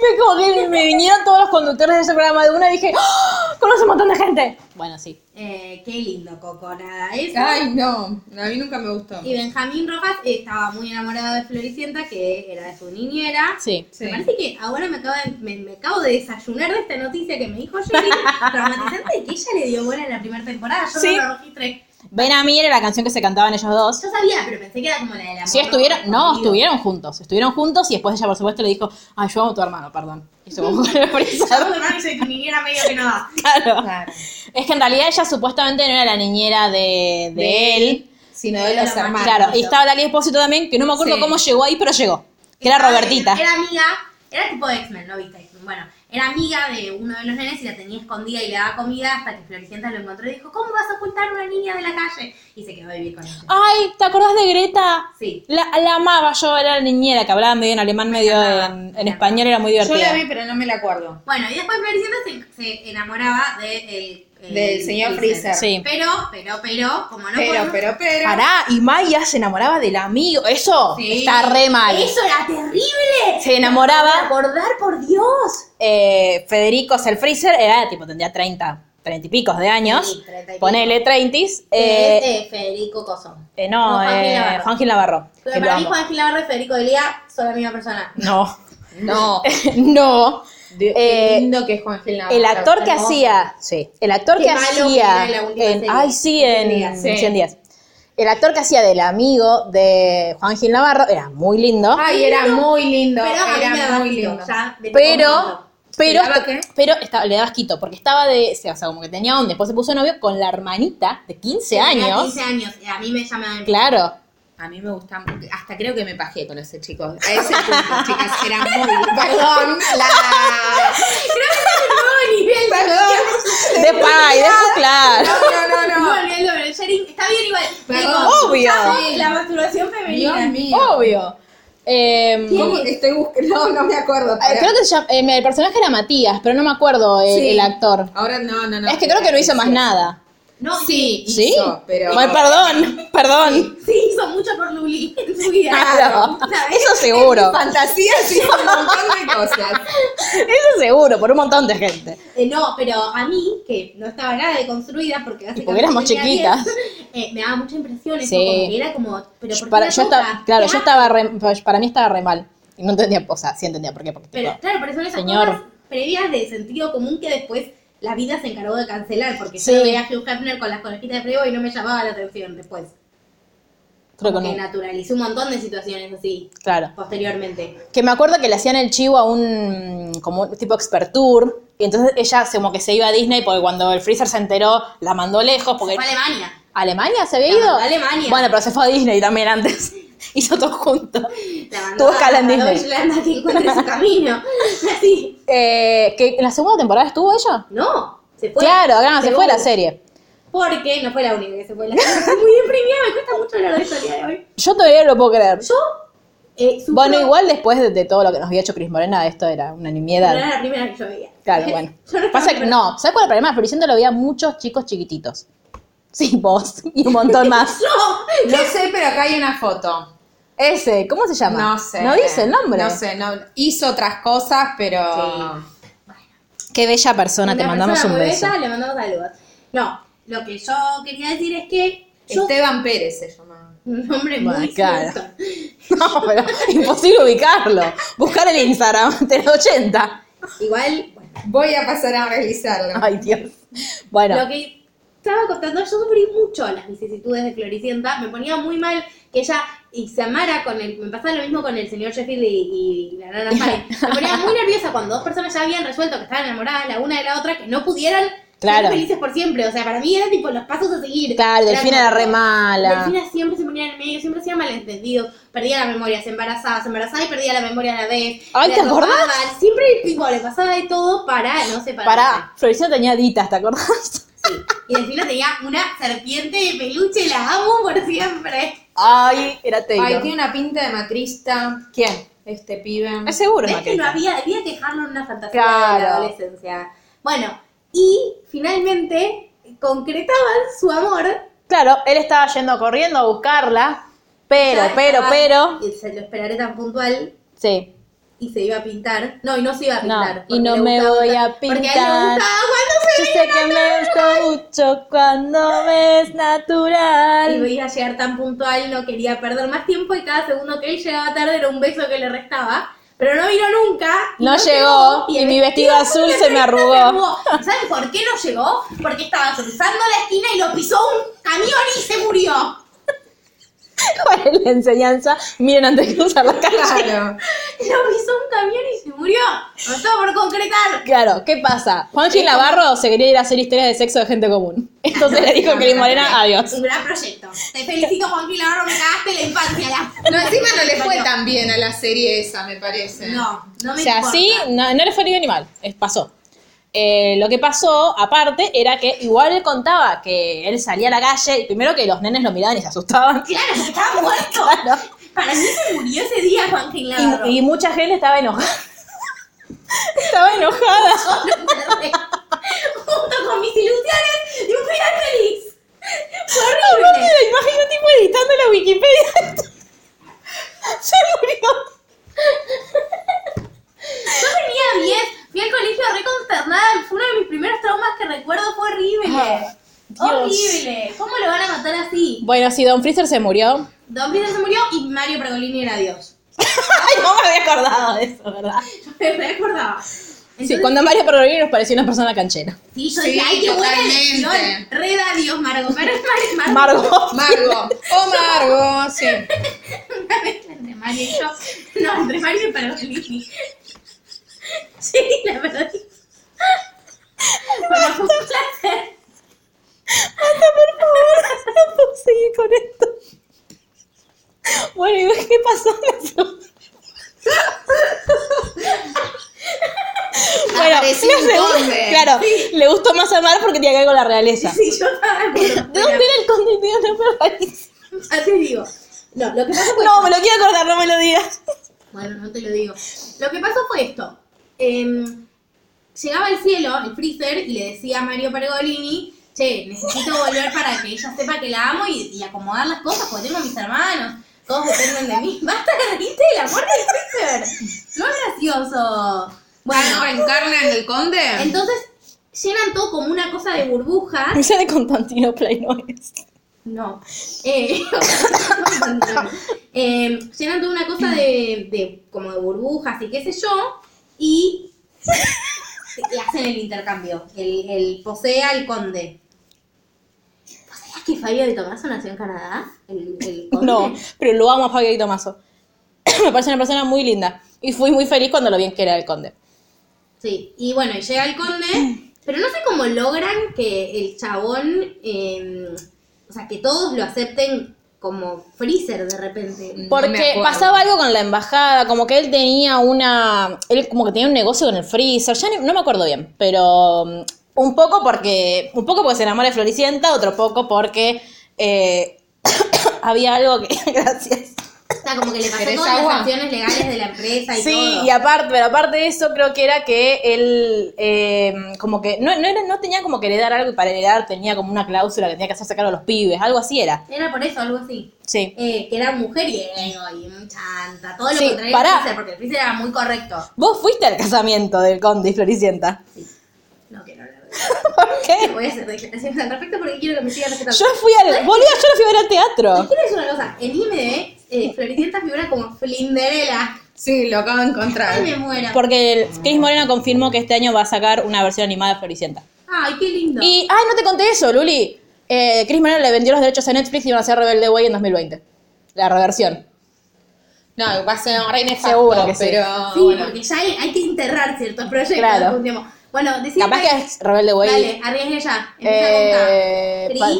Me, como que me vinieron todos los conductores de ese programa de una y dije... ¡Ah! ¡Conozco un montón de gente! Bueno, sí.
Eh, qué lindo Coco, nada, eso.
Ay, no. A mí nunca me gustó.
Y Benjamín Rojas estaba muy enamorado de Floricienta, que era de su niñera.
Sí.
Sí.
Me parece que ahora me acabo, de, me, me acabo de desayunar de esta noticia que me dijo Jerry, traumatizante, que ella le dio buena en la primera temporada. Yo
Sí.
no lo registré.
Ven a mí era la canción que se cantaban ellos dos.
Yo sabía, pero pensé que era como la de la
Sí, estuvieron... No, estuvieron juntos. Estuvieron juntos y después ella, por supuesto, le dijo... Ay, yo amo a tu hermano, perdón. Y se bajó el
Yo
freezer.
con Max soy tu niñera medio que no da.
Claro.
Claro.
Es que en realidad ella supuestamente no era la niñera de, de
De
él.
Sino de los hermanos.
Claro, y estaba Lali Espósito también, que no me acuerdo
Sí.
cómo llegó ahí, pero llegó. Que era
Estaba-
Robertita.
Era amiga, era tipo de X-Men, ¿no viste X-Men? Bueno, era amiga de uno de los nenes y la tenía escondida y le daba comida hasta que Floricienta lo encontró y dijo, ¿cómo vas a ocultar a una niña de la calle? Y se quedó a vivir con ella.
Ay, ¿te acordás de Greta?
Sí.
La, la amaba yo, era la niñera que hablaba medio en alemán, medio en, en español, era muy
Yo la
divertida.
vi, pero no me la acuerdo.
Bueno, y después Floricienta se, se enamoraba de el- el
Del señor Freezer.
Sí.
Pero, pero, pero, como no
Pero,
podemos-
pero, pero.
Pará, y Maya se enamoraba del amigo. Eso
Sí.
está re mal.
Eso era terrible.
Se enamoraba.
Acordar, por Dios.
Eh, Federico o sea, el Freezer era tipo, tendría 30, treinta y picos de años,
Sí, treinta y pico.
ponele treintis,
Que
eh,
es, eh, Federico Cosón.
eh, no,
no, Juan Gil
eh,
Navarro.
Juan Gil Navarro. que lo
Pero para mí
amo.
Juan Gil Navarro y Federico Elía son la misma persona.
No,
No,
no.
de-
Eh,
qué lindo que es Juan Gil Navarro.
El actor que
hermoso.
hacía, sí, el actor
Qué
que
malo que
hacía,
era la última
en,
serie.
ay sí, en 100 días,
días,
sí.
El actor que hacía del amigo de Juan Gil Navarro era muy lindo,
Ay, era muy lindo.
pero a mí me
era
daba
muy
asquito,
lindo.
ya de todo el
pero
mundo.
pero
¿Le daba qué?
pero estaba- le daba quito porque estaba de, o sea, o sea, como que tenía onda, después se puso novio con la hermanita de 15
Tenía
años.
15 años. y A mí me llamaban.
Claro.
A mí me gusta, hasta creo que me pajé con ese chico. A ese punto, chicas, era muy. Perdón, la.
nivel
De Pai, de claro.
No, no, no, no.
No, nivel de oversharing. Está bien igual.
Perdón.
Digo,
Obvio.
amo La masturbación
Dios
femenina.
mío.
Obvio. Eh,
¿Cómo? Estoy buscando. No, no me acuerdo.
eh,
pará.
creo que se llama- eh, el personaje era Matías, pero no me acuerdo el,
Sí.
el actor.
Ahora no, no, no.
es que creo que no hizo más
Sí.
nada.
No,
Sí, hizo,
Sí.
pero.
Bueno, perdón, perdón.
Sí, hizo mucho por Luli en su vida.
Claro.
¿Sabes?
Eso seguro.
Fantasía sí, un montón de cosas.
Eso seguro, por un montón de gente.
Eh, no, pero a mí, que no estaba nada deconstruida porque básicamente.
porque éramos
tenía
chiquitas.
10, eh, me daba mucha impresión. eso,
Sí.
como que era como. Pero ¿por qué
Para,
la
yo
toca?
estaba, claro,
¿Qué
yo
hace?
estaba re- pues, para mí estaba re mal. Y no entendía, o sea, sí entendía por qué, porque
Pero
tipo,
claro, pero son esas
Señor.
cosas previas de sentido común que después la vida se encargó de cancelar. Porque
Sí.
yo veía a Hugh Hefner con las conejitas de Playboy y no me llamaba la atención después.
creo que
Que
no.
naturalicé un montón de situaciones así
Claro.
posteriormente.
Que me acuerdo que le hacían el chivo a un como un tipo expert tour. Y entonces ella se- como que se iba a Disney porque cuando el Freezer se enteró, la mandó lejos porque.
Fue a Alemania.
¿Alemania se había
La
ido?
mandó a Alemania.
Bueno, pero se fue a Disney también antes. Hizo todo junto.
La mandó
Tuvo escala en
la mandó a
Disney.
Yolanda que encuentre su camino. Así.
Eh, que en la segunda temporada estuvo ella.
No, se fue.
claro, claro, se fue la serie.
Porque no fue la única que se fue la serie. Estoy muy deprimida, me cuesta mucho hablar de esto el día de hoy.
Yo todavía no lo puedo creer.
Yo. Eh, sufro-
Bueno, igual después de, de todo lo que nos había hecho Cris Morena, esto era una
Pero era
nimiedad.
la primera que yo veía.
Claro, bueno.
Yo no
Pasa
estaba
que no, ¿sabes cuál es el problema? Floricienta lo veía muchos chicos chiquititos. Sí, vos y un montón más.
No sé, pero acá hay una foto.
Ese, ¿cómo se llama?
No sé.
No dice el nombre.
No sé, no. Hizo otras cosas, pero.
Qué bella persona, te
Una
mandamos
persona
un
muy
beso.
bella, le mandamos saludos. No, lo que yo quería decir es que yo,
Este
Esteban Pérez se llamaba.
un hombre
Bueno,
muy
claro.
culto.
No, pero imposible ubicarlo. Buscar el Instagram de los 80.
Igual, bueno,
Voy a pasar a revisarlo.
Ay, Dios. Bueno,
lo que estaba contando, yo sufrí mucho las vicisitudes de Floricienta, me ponía muy mal que ella y se amara con el, me pasaba lo mismo con el señor Sheffield y, y la nana Fay. Me ponía muy nerviosa cuando dos personas ya habían resuelto que estaban enamoradas la una de la otra, que no pudieran
Claro.
ser felices por siempre. O sea, para mí eran tipo los pasos a seguir.
claro,
Era
Delfina era
como-
re mala.
Delfina siempre se ponía en el medio, siempre hacía malentendidos, perdía la memoria, se embarazaba, se embarazaba y perdía la memoria a la vez.
Ay,
le
¿te acordás?
robaban, Siempre tipo, le pasaba de todo para no separarse.
Pará, Floricienta tenía ditas, ¿te acordás?
Sí. Y Delfina tenía una serpiente de peluche, la amo por siempre.
Ay, era
Ay,
Taylor.
tiene una pinta de matrista. ¿Quién? Este pibe.
Es seguro,
Es que no
Maqueta.
había, había que dejarlo en una fantasía de
Claro.
la adolescencia. Bueno, y finalmente concretaban su amor.
Claro, él estaba yendo corriendo a buscarla, pero,
Ya
pero,
estaba-
pero,
y se lo esperaré tan puntual.
sí.
Y se iba a pintar. No, y no se iba a
No,
pintar.
y
porque
no
le
me
gustaba
voy
andar-
a
Porque a él le
pintar.
gustaba cuando
Yo sé que me gusta mucho cuando me es
Y
natural.
veía a llegar tan puntual, no quería perder más tiempo y cada segundo que él llegaba tarde era un beso que le restaba. Pero no vino nunca. y
No llegó, y
el
mi vestido azul se me arrugó.
¿Sabes por qué no llegó? Porque estaba cruzando la esquina y lo pisó un camión y se murió.
¿Cuál es la enseñanza? Miren antes de cruzar la calle.
Claro.
Lo pisó un camión y se murió. No todo por concretar.
Claro, ¿qué pasa? Juan Gil Navarro se quería ir a hacer historias de sexo de gente común. Entonces le dijo a Cris Morena, adiós.
Un gran proyecto. Te felicito, Juan Pilar, me cagaste la infancia. la-
No, encima no le fue tan bien a la serie esa, me parece.
No, no
O
me
sea,
importa.
sí, no, no le fue ni bien ni mal, es- pasó. Eh, lo que pasó, aparte, era que igual él contaba que él salía a la calle y primero que los nenes lo miraban y se asustaban.
Claro, porque estaba muerto.
Claro.
Para mí se murió ese día, Juan Pilar.
Y, y mucha gente estaba enojada. estaba enojada.
junto con mis ilusiones de un final feliz. Fue
Aparte,
horrible.
la imagen un tipo editando la Wikipedia. Se murió.
Yo tenía 10, fui al colegio re consternada. Fue uno de mis primeros traumas que recuerdo, fue horrible.
Ah,
Horrible. ¿Cómo lo van a matar así?
Bueno, sí, Don Freezer se murió.
Don Peter se murió y Mario Pergolini era Dios.
Ay, no me había acordado de eso, ¿verdad?
Me recordaba.
sí, cuando Mario Pergolini nos pareció una persona canchera.
Sí, yo
Sí,
dije, ay, qué buena
totalmente.
edición. Reda Dios, Margo. Mar- Mar- Mar-
Margot.
Margo. Oh, Margo, sí.
Una mezcla entre Mario y yo. No, entre Mario y Pergolini. Sí, la verdad. Bueno, fue un placer.
por favor, no puedo seguir con esto. Bueno, ¿y qué pasó? Bueno,
Aparecí
le- le-
entonces.
claro, le gustó más a Mar porque tenía que ver con la realeza.
Sí, yo estaba de acuerdo.
¿De dónde era el contenido de la realeza?
Ya te digo. No, lo que pasa fue.
No, me lo quiero acordar, no me lo digas.
Bueno, no te lo digo. Lo que pasó fue esto. Em, llegaba al cielo, el freezer, y le decía a Mario Pergolini, che, necesito volver para que ella sepa que la amo y, y acomodar las cosas, porque tengo a mis hermanos, todos dependen de mí. Basta de reírte de la muerte del freezer. No es gracioso.
Ah,
Bueno,
¿Reencarnan el conde?
entonces llenan todo como una cosa de burbujas
Misa de Constantinopla y no es.
no. Eh, eh, llenan toda una cosa de, de- como de burbujas y qué sé yo, y, y hacen el intercambio. El, el posea el conde. ¿Vos sabías que Fabio de Tomaso nació en Canadá? ¿El, el conde?
No, pero lo amo a Fabio y Tomaso. Me parece una persona muy linda. Y fui muy feliz cuando lo vi que era el conde.
Sí, y bueno, y llega el conde, pero no sé cómo logran que el chabón, eh, o sea, que todos lo acepten como freezer de repente.
No me
Porque
acuerdo.
pasaba algo con la embajada, como que él tenía una. Él como que tenía un negocio con el freezer, ya ni- no me acuerdo bien, pero. um, Un poco porque. Un poco porque se enamora de Floricienta, otro poco porque. eh, había algo que. Gracias.
O sea, como que le pasó
¿Querés
todas
agua?
las acciones legales de la empresa y
Sí,
todo.
y aparte, pero aparte de eso, creo que era que él. eh, como que. No, no, era- no tenía como que heredar algo y para heredar tenía como una cláusula que tenía que hacerse cargo de los pibes, algo así era.
Era por eso, algo así.
Sí.
Eh, que era mujeriego y un chanta, todo lo
Sí,
contrario
pará.
al Freezer, porque el Freezer era muy correcto.
Vos fuiste al casamiento del conde y Floricienta.
No quiero hablar de
¿Por qué?
eso. Voy a hacer declaraciones al respecto porque quiero que me siga respetando.
Yo fui al. Boludo, yo lo fui a ver al
Y
teatro.
quiero decir una cosa, en IMDb, eh, Floricienta figura como Flinderela.
Sí, lo acabo de encontrar.
Ay, me muero.
Porque el- Chris Moreno confirmó que este año va a sacar una versión animada de Floricienta.
Ay, qué lindo.
Y. ¡Ay, no te conté eso, Luli! Eh, Chris Moreno le vendió los derechos a Netflix y van a hacer Rebelde Way en 2020. La reversión.
No, va a ser un rey nefasto,
Seguro que sí.
pero
sí,
bueno.
porque ya hay, hay que enterrar ciertos proyectos.
Claro.
algún tiempo. Bueno, decime.
Capaz que es Rebelde Way.
Dale, arriesgue ya. Empieza
Eh,
a
pa-
contar.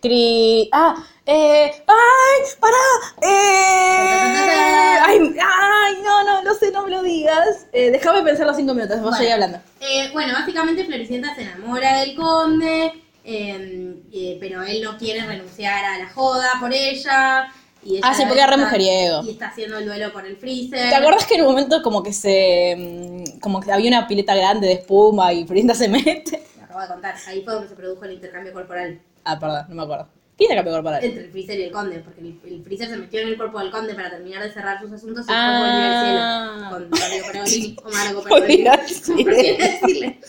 Cri.
Cri- ¡Ah! Eh, ¡Ay! ¡Pará! Eh, ¡Ay! ¡Ay! No, no, no sé, no me lo digas. Eh, déjame pensar los cinco minutos, vos
Bueno.
seguí hablando.
Eh, bueno, básicamente Floricienta se enamora del conde, eh, eh, pero él no quiere renunciar a la joda por ella. Y ella
Ah, sí, porque era re
está-
mujeriego.
Y está haciendo el duelo con el freezer.
¿Te acordás que en un momento como que se. mm, como que había una pileta grande de espuma y Florinda se mete?
Lo acabo de contar, ahí fue donde se produjo el intercambio corporal
Ah, perdón, no me acuerdo. ¿Quién era campeón corporal?
entre el freezer y el conde, porque el, el freezer se metió en el cuerpo del conde para terminar de cerrar sus asuntos y
Ah.
fue volvió al cielo. Con Mario Pergolini o Margo Pergolini.
Podría
Como prefiero
decir.
decirle.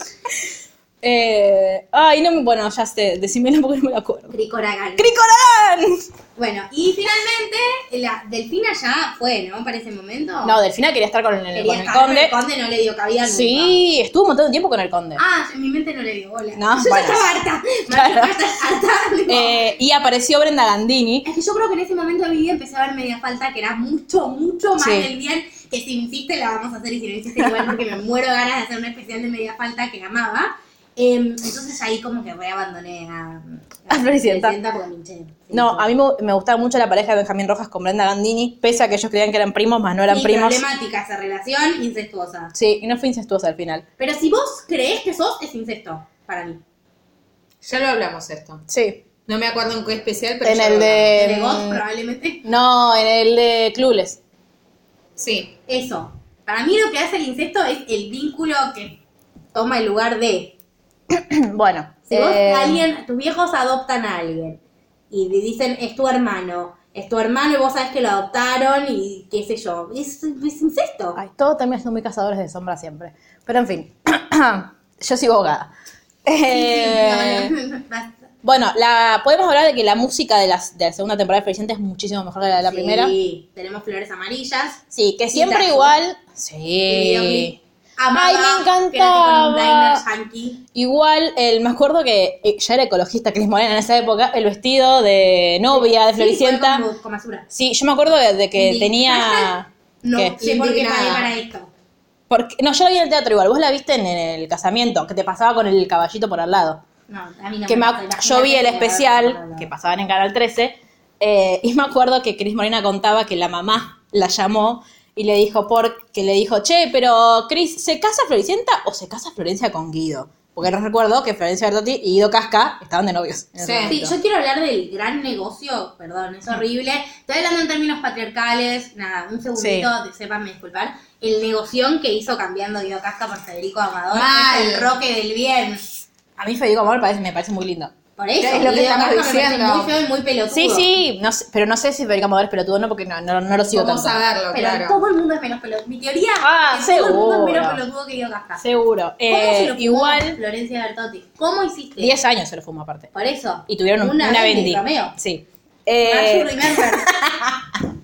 Eh, ay, no me. Bueno, ya sé, decímelo porque no me lo acuerdo.
Cricoragán.
¡Cricorán!
Bueno, y finalmente, la Delfina ya fue, ¿no? Para ese momento.
No, Delfina quería estar con el,
Quería
con el
estar, pero
conde.
el conde no le dio cabida nunca.
Sí, estuvo un montón de tiempo con el conde.
Ah, en mi mente no le dio bola.
No,
yo ya
bueno.
estaba harta.
Claro.
Harta, harta, digo.
Eh, y apareció Brenda Gandini.
Es que yo creo que en ese momento de mi vida empecé a ver media falta, que era mucho, mucho más
Sí.
del bien, que si insiste la vamos a hacer y si no insiste igual porque me muero de ganas de hacer una especial de media falta que amaba. Em, entonces ahí como que reabandoné a,
A Floricienta.
porque me hinché.
No, a mí me, me gustaba mucho la pareja de Benjamín Rojas con Brenda Gandini, pese a que ellos creían que eran primos, más no eran
Sí,
primos.
problemática esa relación incestuosa.
Sí, y no fue incestuosa al final.
Pero si vos creés que sos, es incesto, para mí.
Ya lo hablamos esto.
Sí.
No me acuerdo en qué especial, pero
En
ya
el
lo hablamos.
Em.
De vos,
de.
probablemente.
No, en el de Clueless.
Sí.
Eso. Para mí lo que hace el incesto es el vínculo que toma el lugar de.
Bueno.
Si vos,
eh,
alguien, tus viejos adoptan a alguien y di- dicen, es tu hermano, es tu hermano y vos sabés que lo adoptaron y qué sé yo, es, es incesto.
Ay, todos también son muy cazadores de sombra siempre. Pero en fin. Yo sigo ahogada.
Sí, sí,
Eh,
no, no, basta.
Bueno, la, podemos hablar de que la música de, las, de la segunda temporada de Floricienta es muchísimo mejor que la de la primera.
Sí, tenemos flores amarillas.
Sí, que siempre
Quizás.
igual.
videoclip.
Sí.
Amaba,
Ay, me encantaba.
que era tipo un diner yankee.
Igual, el, me acuerdo que eh, ya era ecologista Cris Morena en esa época, el vestido de novia de
Sí, fue
Floricienta.
con- con basura.
Sí, yo me acuerdo de, de que
Indi-
tenía.
No
¿Qué?
sé por qué
Indignada.
pagué para esto.
Porque, no, yo la vi en el teatro igual. Vos la viste en el casamiento, que te pasaba con el caballito por al lado.
No, a mí no
que
me
me ac-
gusta, imagínate
yo vi el
que me agarra
especial
la-
que pasaban en Canal 13 eh, y me acuerdo que Cris Morena contaba que la mamá la llamó y le dijo por que le dijo, che, pero Cris, ¿se casa Floricienta o se casa Florencia con Guido? Porque les recuerdo que Florencia Bertotti y Guido Casca estaban de novios. en ese
Sí.
Sí,
momento.
yo quiero hablar del gran negocio, perdón, es horrible. Estoy hablando en términos patriarcales, nada, un segundito, sepanme disculpar. El negoción que hizo cambiando Guido Casca por Federico Amador
Mal.
es el roque del bien.
A mí Federico Amor parece, me parece muy lindo.
Por eso,
Es lo que
Guido
estamos
Casca me parece
diciendo.
muy feo y muy pelotudo.
Sí, sí, no sé- pero no sé si Federico Amor es pelotudo o no, porque no, no, no lo sigo
Vamos
tanto.
a verlo,
Pero
claro.
todo el mundo es menos pelotudo. Mi teoría
Ah,
es que todo el mundo es
seguro.
menos pelotudo que Guido Casca.
Seguro.
¿Cómo
Eh,
se lo fumó
igual,
Florencia Bertotti? ¿Cómo hiciste?
10 años se lo fumó aparte.
Por eso.
Y tuvieron un- una,
Bendy
Bendy.
Romeo.
Sí.
Marjorie
Eh,
Remember.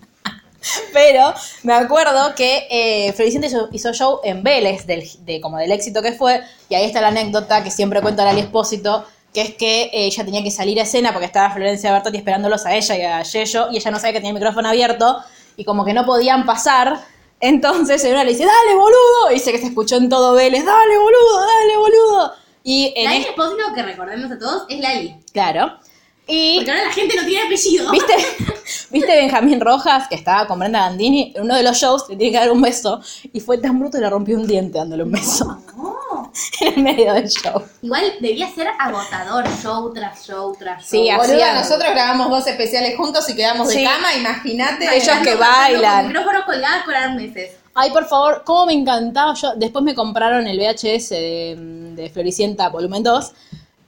pero me acuerdo que eh, Floricienta hizo, hizo show en Vélez, del, de, como del éxito que fue, y ahí está la anécdota que siempre cuenta Lali Espósito, que es que eh, ella tenía que salir a escena porque estaba Florencia Bertotti esperándolos a ella y a Yello, y ella no sabía que tenía el micrófono abierto, y como que no podían pasar, entonces en una le dice, dale boludo, y dice que se escuchó en todo Vélez, dale boludo, dale boludo. Y en
Lali
es-
Espósito, que recordemos a todos, es Lali.
claro. Y
Porque ahora la gente no tiene apellido.
¿Viste, ¿Viste Benjamín Rojas, que estaba con Brenda Gandini? En uno de los shows le tiene que dar un beso y fue tan bruto que le rompió un diente dándole un beso
No.
en el medio del show.
Igual debía ser agotador, show tras show tras show.
Sí, así
Boluda,
hacían.
nosotros grabamos dos especiales juntos y quedamos de
Sí.
cama, imagínate.
Ellos que
Nosotros
bailan.
Con micrófonos colgados por las meses.
Ay, por favor, cómo me encantaba. Yo, después me compraron el VHS de, de Floricienta Volumen 2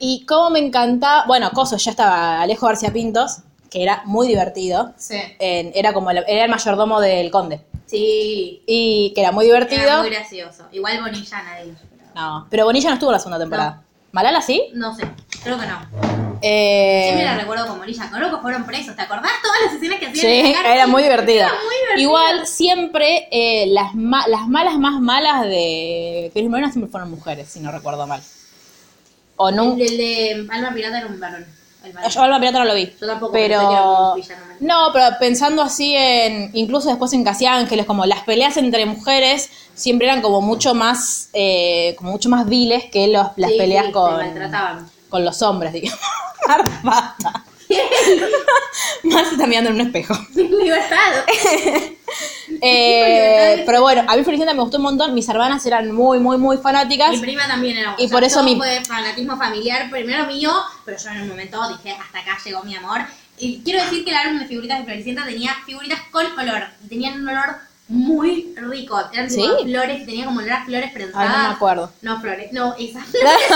y cómo me encantaba. Bueno, Coso, ya estaba Alejo García Pintos, que era muy divertido.
Sí.
En- era como el, era el mayordomo del conde.
Sí.
Y que era muy divertido.
Era muy gracioso. Igual Bonilla nadie lo superaba.
No, pero Bonilla no estuvo en la segunda temporada. ¿Malala sí?
No sé, creo que no.
Eh,
Siempre la recuerdo con Bonilla. Creo que fueron presos. ¿Te acordás todas las escenas que hacían? en
Sí,
la cárcel?
era muy divertida.
Era muy divertida.
Igual, siempre eh, las, ma- las malas más malas de Cris Morena siempre fueron mujeres, si no recuerdo mal. O no.
El, el de Alma Pirata era un varón. El varón.
Yo Alma Pirata no lo vi.
Yo tampoco pensé que era
Pero.
un villano malo.
No, pero pensando así en. Incluso después en Casi Ángeles, como las peleas entre mujeres siempre eran como mucho más. eh, como mucho más viles que los, las
Sí,
peleas
sí, se
con.
maltrataban.
Con los hombres, digamos. Basta. Más se está mirando en un espejo.
Libertad.
Eh,
Libertad.
pero bueno, a mí Floricienta me gustó un montón. Mis hermanas eran muy, muy, muy fanáticas.
Mi prima también era
Y
o sea,
por eso
todo
mi-
fue fanatismo familiar, primero mío, pero yo en un momento dije, hasta acá llegó mi amor. Y quiero decir que el álbum de figuritas de Floricienta tenía figuritas con olor. Y tenían un olor muy rico. Eran tipo
¿Sí?
flores, tenía como olor a flores
Ay,
prensadas.
no me acuerdo.
No, flores. No, esas flores.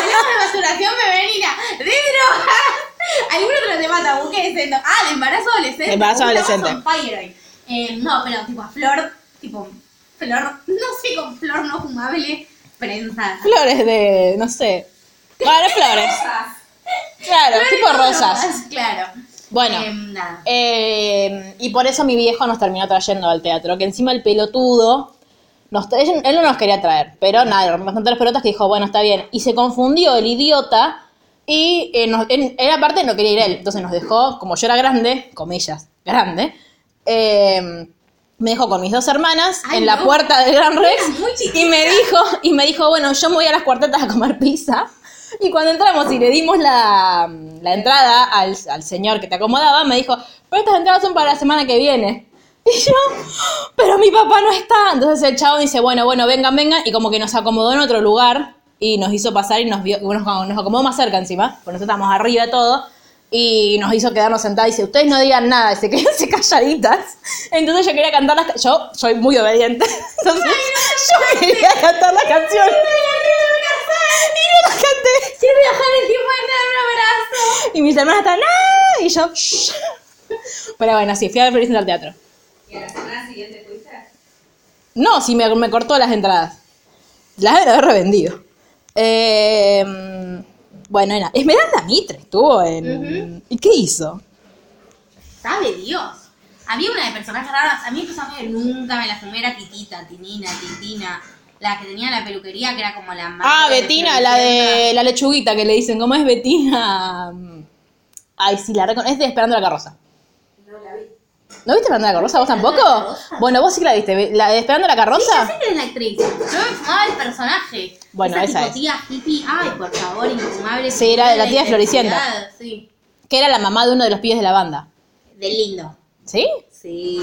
Hablamos de masturbación femenina, de drogas. Algún otro tema tabú que es esto? Ah, de embarazo adolescente.
De embarazo
Estamos
adolescente.
on fire hoy. Eh, no, pero tipo a flor, tipo flor, no sé, con flor no fumable, prensa.
Flores de, no sé. Bueno, flores. Claro, tipo rosas.
Claro.
Bueno.
Eh, nada.
Eh, y por eso mi viejo nos terminó trayendo al teatro. Que encima el pelotudo. nos tra- él, él no nos quería traer, pero nada, le rompimos tantas las pelotas que dijo, bueno, está bien. Y se confundió el idiota. Y eh, nos- él, él aparte no quería ir él. Entonces nos dejó, como yo era grande, comillas, grande. eh, me dejó con mis dos hermanas
Ay,
en la
no.
puerta del Gran
Eras muy
Rex
chiquita.
y me dijo y me dijo bueno yo me voy a las cuartetas a comer pizza y cuando entramos y le dimos la, la entrada al, al señor que te acomodaba me dijo pero estas entradas son para la semana que viene y yo pero mi papá no está entonces el chavo dice bueno bueno vengan vengan y como que nos acomodó en otro lugar y nos hizo pasar y nos vio y nos, nos acomodó más cerca encima porque nosotros estábamos arriba de todo y nos hizo quedarnos sentadas y dice, ustedes no digan nada, y se quédense calladitas. Entonces yo quería cantar las ca- yo soy muy obediente, entonces yo quería cantar las canciones. Y no las canté. Quiero viajar el tiempo de un abrazo. Y mis hermanas están, ¡ah! Y yo, "Shh". Pero bueno, sí, fui a ver Floricienta al teatro. ¿Y a la semana siguiente fuiste? No, sí, me, me cortó las entradas. Las deben haber revendido. Eh, mm, bueno, era Esmeralda Mitre estuvo en... ¿Y qué hizo?
¿Sabe Dios? Había una de personajes raras. A mí esa que nunca me la fumé era Titita, Tinina, Tintina. La que tenía la peluquería que era como la más.
Ah, Betina, la de la lechuguita que le dicen, ¿cómo es Betina? Ay, sí, la reconozco. Es de Esperando la Carroza. No la vi. ¿No viste Esperando la Carroza? ¿Vos
¿Esperando
tampoco?
la Carroza?
Bueno, vos sí que la viste. Ve- ¿La de Esperando la
Sí, ya
Carroza?
sé que es la actriz. Yo me fumaba el personaje.
Bueno, esa
tipo
es.
tía hippie. Ay, por favor, infumable.
Sí, era de la tía
de
Floricienta.
felicidad, Sí.
Que era la mamá de uno de los pibes de la banda.
De lindo.
¿Sí?
Sí.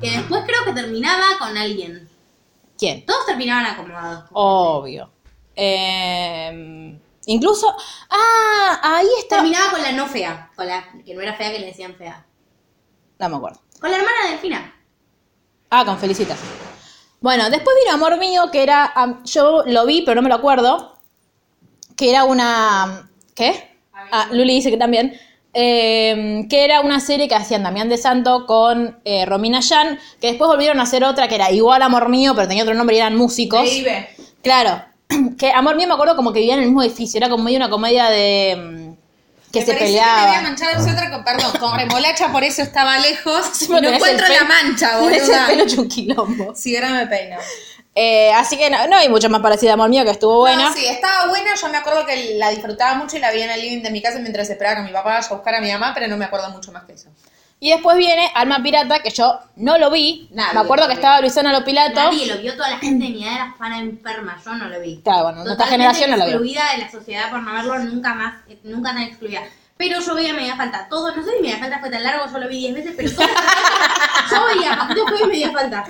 Que después creo que terminaba con alguien.
¿Quién?
Todos terminaban acomodados.
Obvio. Eh, incluso. Ah, ahí está.
Terminaba con la no fea. Con la que no era fea, que le decían fea.
No me acuerdo.
Con la hermana de Delfina.
Ah, con Felicitas. Bueno, después vino Amor Mío, que era. am- yo lo vi, pero no me lo acuerdo. Que era una. ¿Qué? Ah, Luli dice que también. Eh, que era una serie que hacían Damián de Santo con eh, Romina Yan, que después volvieron a hacer otra que era igual Amor Mío, pero tenía otro nombre y eran músicos.
Vive.
Claro, que Amor Mío me acuerdo como que vivían en el mismo edificio, era como medio una comedia de... mm, que
Me
se
pareció Que me
peleaba.
había manchado ese otro con, perdón, con remolacha, por eso estaba lejos.
porque
No
tenés
encuentro
el
la
pelo-
mancha,
Tenés el
boluda.
pelo hecho un quilombo.
Si ahora me peino.
Eh, así que no, no hay mucho más parecido a Amor Mío que estuvo buena.
No, sí, estaba buena. Yo me acuerdo que la disfrutaba mucho y la vi en el living de mi casa mientras esperaba que mi papá vaya a buscar a mi mamá, pero no me acuerdo mucho más que eso.
Y después viene Alma Pirata, que yo no lo vi.
Nadie
me acuerdo
lo
que
vio.
estaba Luisana Lopilato.
Nadie lo vio, toda la gente de mi edad era fan enferma, yo no lo vi.
Claro, bueno, nuestra
Totalmente
generación no lo vio.
excluida de la sociedad por no verlo nunca más, eh, nunca tan excluida. Pero yo veía Media Falta, todo, no sé si Media Falta fue tan largo, yo lo vi 10 veces, pero todo yo veía, yo veía Media Falta.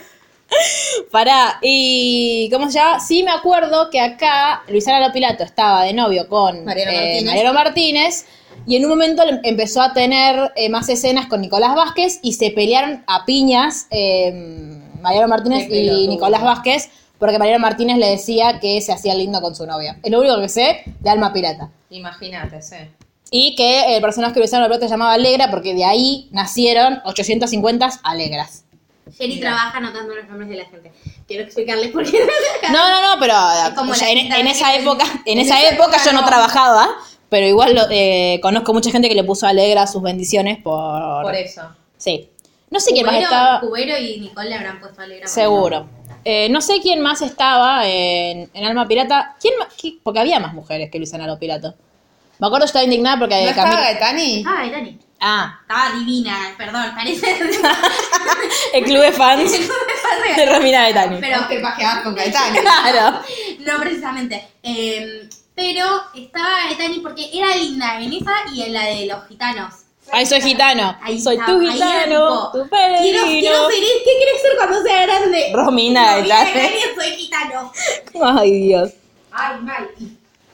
Pará, y ¿cómo se llama? Sí me acuerdo que acá Luisana Lopilato estaba de novio con eh,
Mariano Martínez.
Mariano Martínez, y en un momento le- empezó a tener eh, más escenas con Nicolás Vázquez y se pelearon a piñas eh, Mariano Martínez
Qué
y
pelotudo.
Nicolás Vázquez porque Mariano Martínez le decía que se hacía lindo con su novia. Es lo único que sé de Alma Pirata.
Imagínate, sí.
Y que el personaje que Luisana Lopilato se llamaba Alegra porque de ahí nacieron 850 Alegras.
Jerry trabaja anotando los nombres de la gente. Quiero explicarles por qué.
No, no, no, pero eh,
Es como
o sea,
la
en,
quinta
en
vez
esa
que-
época, en
en
esa
esa
época
época
yo no
no.
trabajaba, pero igual lo- eh, conozco mucha gente que le puso alegra sus bendiciones por,
Por eso.
sí. No sé quién más
Cubero-
estaba,
Cubero y Nicole le habrán puesto alegre.
seguro. Eh, no sé quién más estaba en, en Alma Pirata. ¿Quién más? Qui- Porque había más mujeres que Luisana Lo Pirato. Me acuerdo yo estaba indignada porque
¿No estaba
Eh, Camila-
Gaetani?
Ah, Dani.
Ah,
Estaba divina, perdón, parece.
el club de fans de Romina de Tani.
Pero te pajeabas con Gaetani.
Claro.
No, precisamente. Eh, pero estaba Etani porque era linda en esa y en la de los gitanos.
Ay, soy gitano.
Ahí
soy
está,
tu
ahí era
gitano,
tipo,
tu
Quiero,
peregrino.
quiero ser, ¿Qué quieres ser cuando sea grande?
Romina de
Romina
Tani.
Etani, soy gitano.
Ay, Dios.
Ay, mal.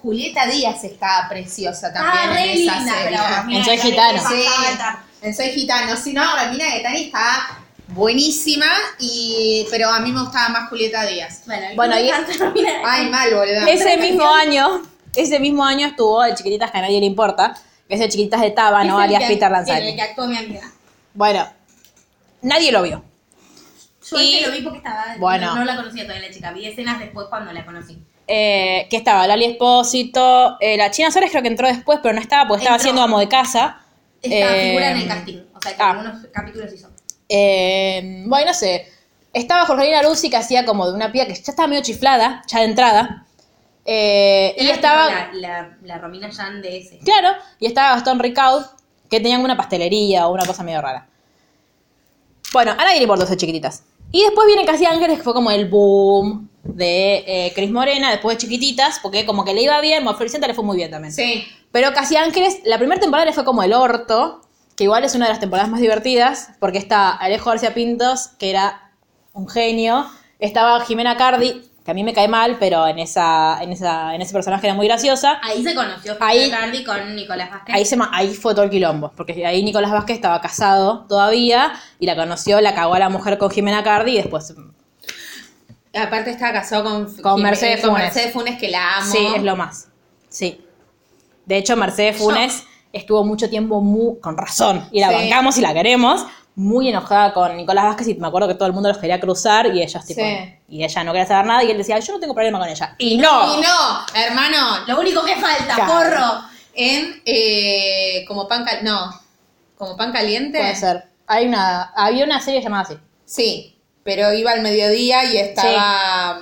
Julieta Díaz estaba preciosa también
Estaba re
en esa
linda,
serie.
pero Romina
En Soy
Etani
Gitano.
se
Sí,
bajaba a cantar.
en Soy Gitano. Si no, Romina Gaetani está buenísima, y, pero a mí me gustaba más Julieta Díaz.
Bueno,
Bueno, y-
canta Romina Etani.
Ay, mal, boludo.
Ese mismo año, ese mismo año estuvo el Chiquititas que a nadie le importa, que es el Chiquititas de Tábano,
Es el
Ah, alias
que-
Peter
en El
Lanzani.
que actuó mi amiga.
Bueno, nadie lo vio.
Yo
Y-
ese lo vi porque estaba.
Bueno.
No, no la conocía todavía la chica. Vi escenas después cuando la conocí.
Eh, que estaba Lali Espósito, eh, la China Suárez creo que entró después, pero no estaba porque estaba
Entró.
siendo amo de casa.
Esta
Eh,
figura en el casting. O sea, que
ah.
algunos capítulos hizo.
Eh, bueno, no sé. Estaba Jorgelina Luzzi que hacía como de una pía que ya estaba medio chiflada, ya de entrada. Eh, y
Era
estaba.
tipo La, la, la Romina Yan de ese.
Claro, y estaba Gastón Ricaud, que tenían una pastelería o una cosa medio rara. Bueno, a nadie le importó esas chiquititas. Y después viene Casi Ángeles, que fue como el boom de eh, Cris Morena, después de Chiquititas, porque como que le iba bien, Mor Floricienta le fue muy bien también.
Sí.
Pero Casi Ángeles, la primera temporada le fue como el orto, que igual es una de las temporadas más divertidas, porque está Alejo García Pintos, que era un genio, estaba Jimena Cardi, que a mí me cae mal, pero en, esa, en, esa, en ese personaje era muy graciosa.
Ahí se conoció
Ahí-
Fabio Cardi con Nicolás Vázquez.
Ahí, se, ma- ahí fue todo el quilombo, porque ahí Nicolás Vázquez estaba casado todavía y la conoció, la cagó a la mujer con Jimena Cardi y después.
Aparte estaba casado con,
Con Mercedes
con
Funes.
Mercedes Funes, que la amo.
Sí, es lo más. Sí. De hecho, Mercedes Funes estuvo mucho tiempo mu- con razón y la
Sí.
bancamos y la queremos, muy enojada con Nicolás Vázquez y me acuerdo que todo el mundo los quería cruzar y ellos tipo,
Sí.
y ella no quería saber nada y él decía, yo no tengo problema con ella. Y no.
Y no, hermano,
Lo único que falta,
Claro.
porro.
en eh, como pan caliente, no, como pan caliente.
Puede ser. Hay una, había una serie llamada así.
Sí, pero iba al mediodía y estaba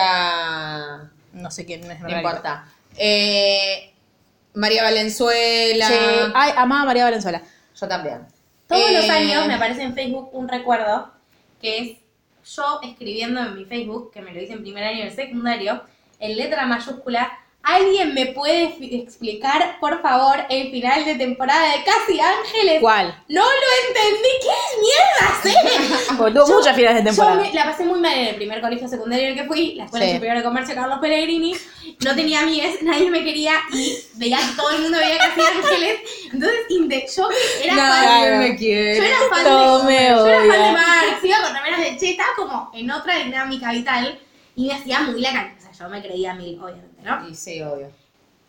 Margarita,
No sé quién es.
no importa. Eh, María Valenzuela. Ah,
Sí. Ay, amaba a María Valenzuela.
Yo también.
Todos los
Eh,
años me aparece en Facebook un recuerdo que es yo escribiendo en mi Facebook, que me lo hice en primer año del secundario, en letra mayúscula. ¿Alguien me puede fi- explicar, por favor, el final de temporada de Casi Ángeles?
¿Cuál?
No lo entendí. ¿Qué mierda sé?
Porque tuvo
Yo-
muchas finales de temporada.
Yo me- la pasé muy mal en el primer colegio secundario en el que fui, la Escuela
Sí.
Superior de Comercio Carlos Pellegrini. No tenía amigues, nadie me quería y veía que todo el mundo veía Casi Ángeles. Entonces, inte- yo era fan- Yo era fan,
Todo
de,
me
yo era fan
odia.
de Marx, iba con remeras de Che, estaba como en otra dinámica vital y me hacía muy la cancha. O sea, yo me creía mil, obviamente, ¿no?
Y sí, obvio.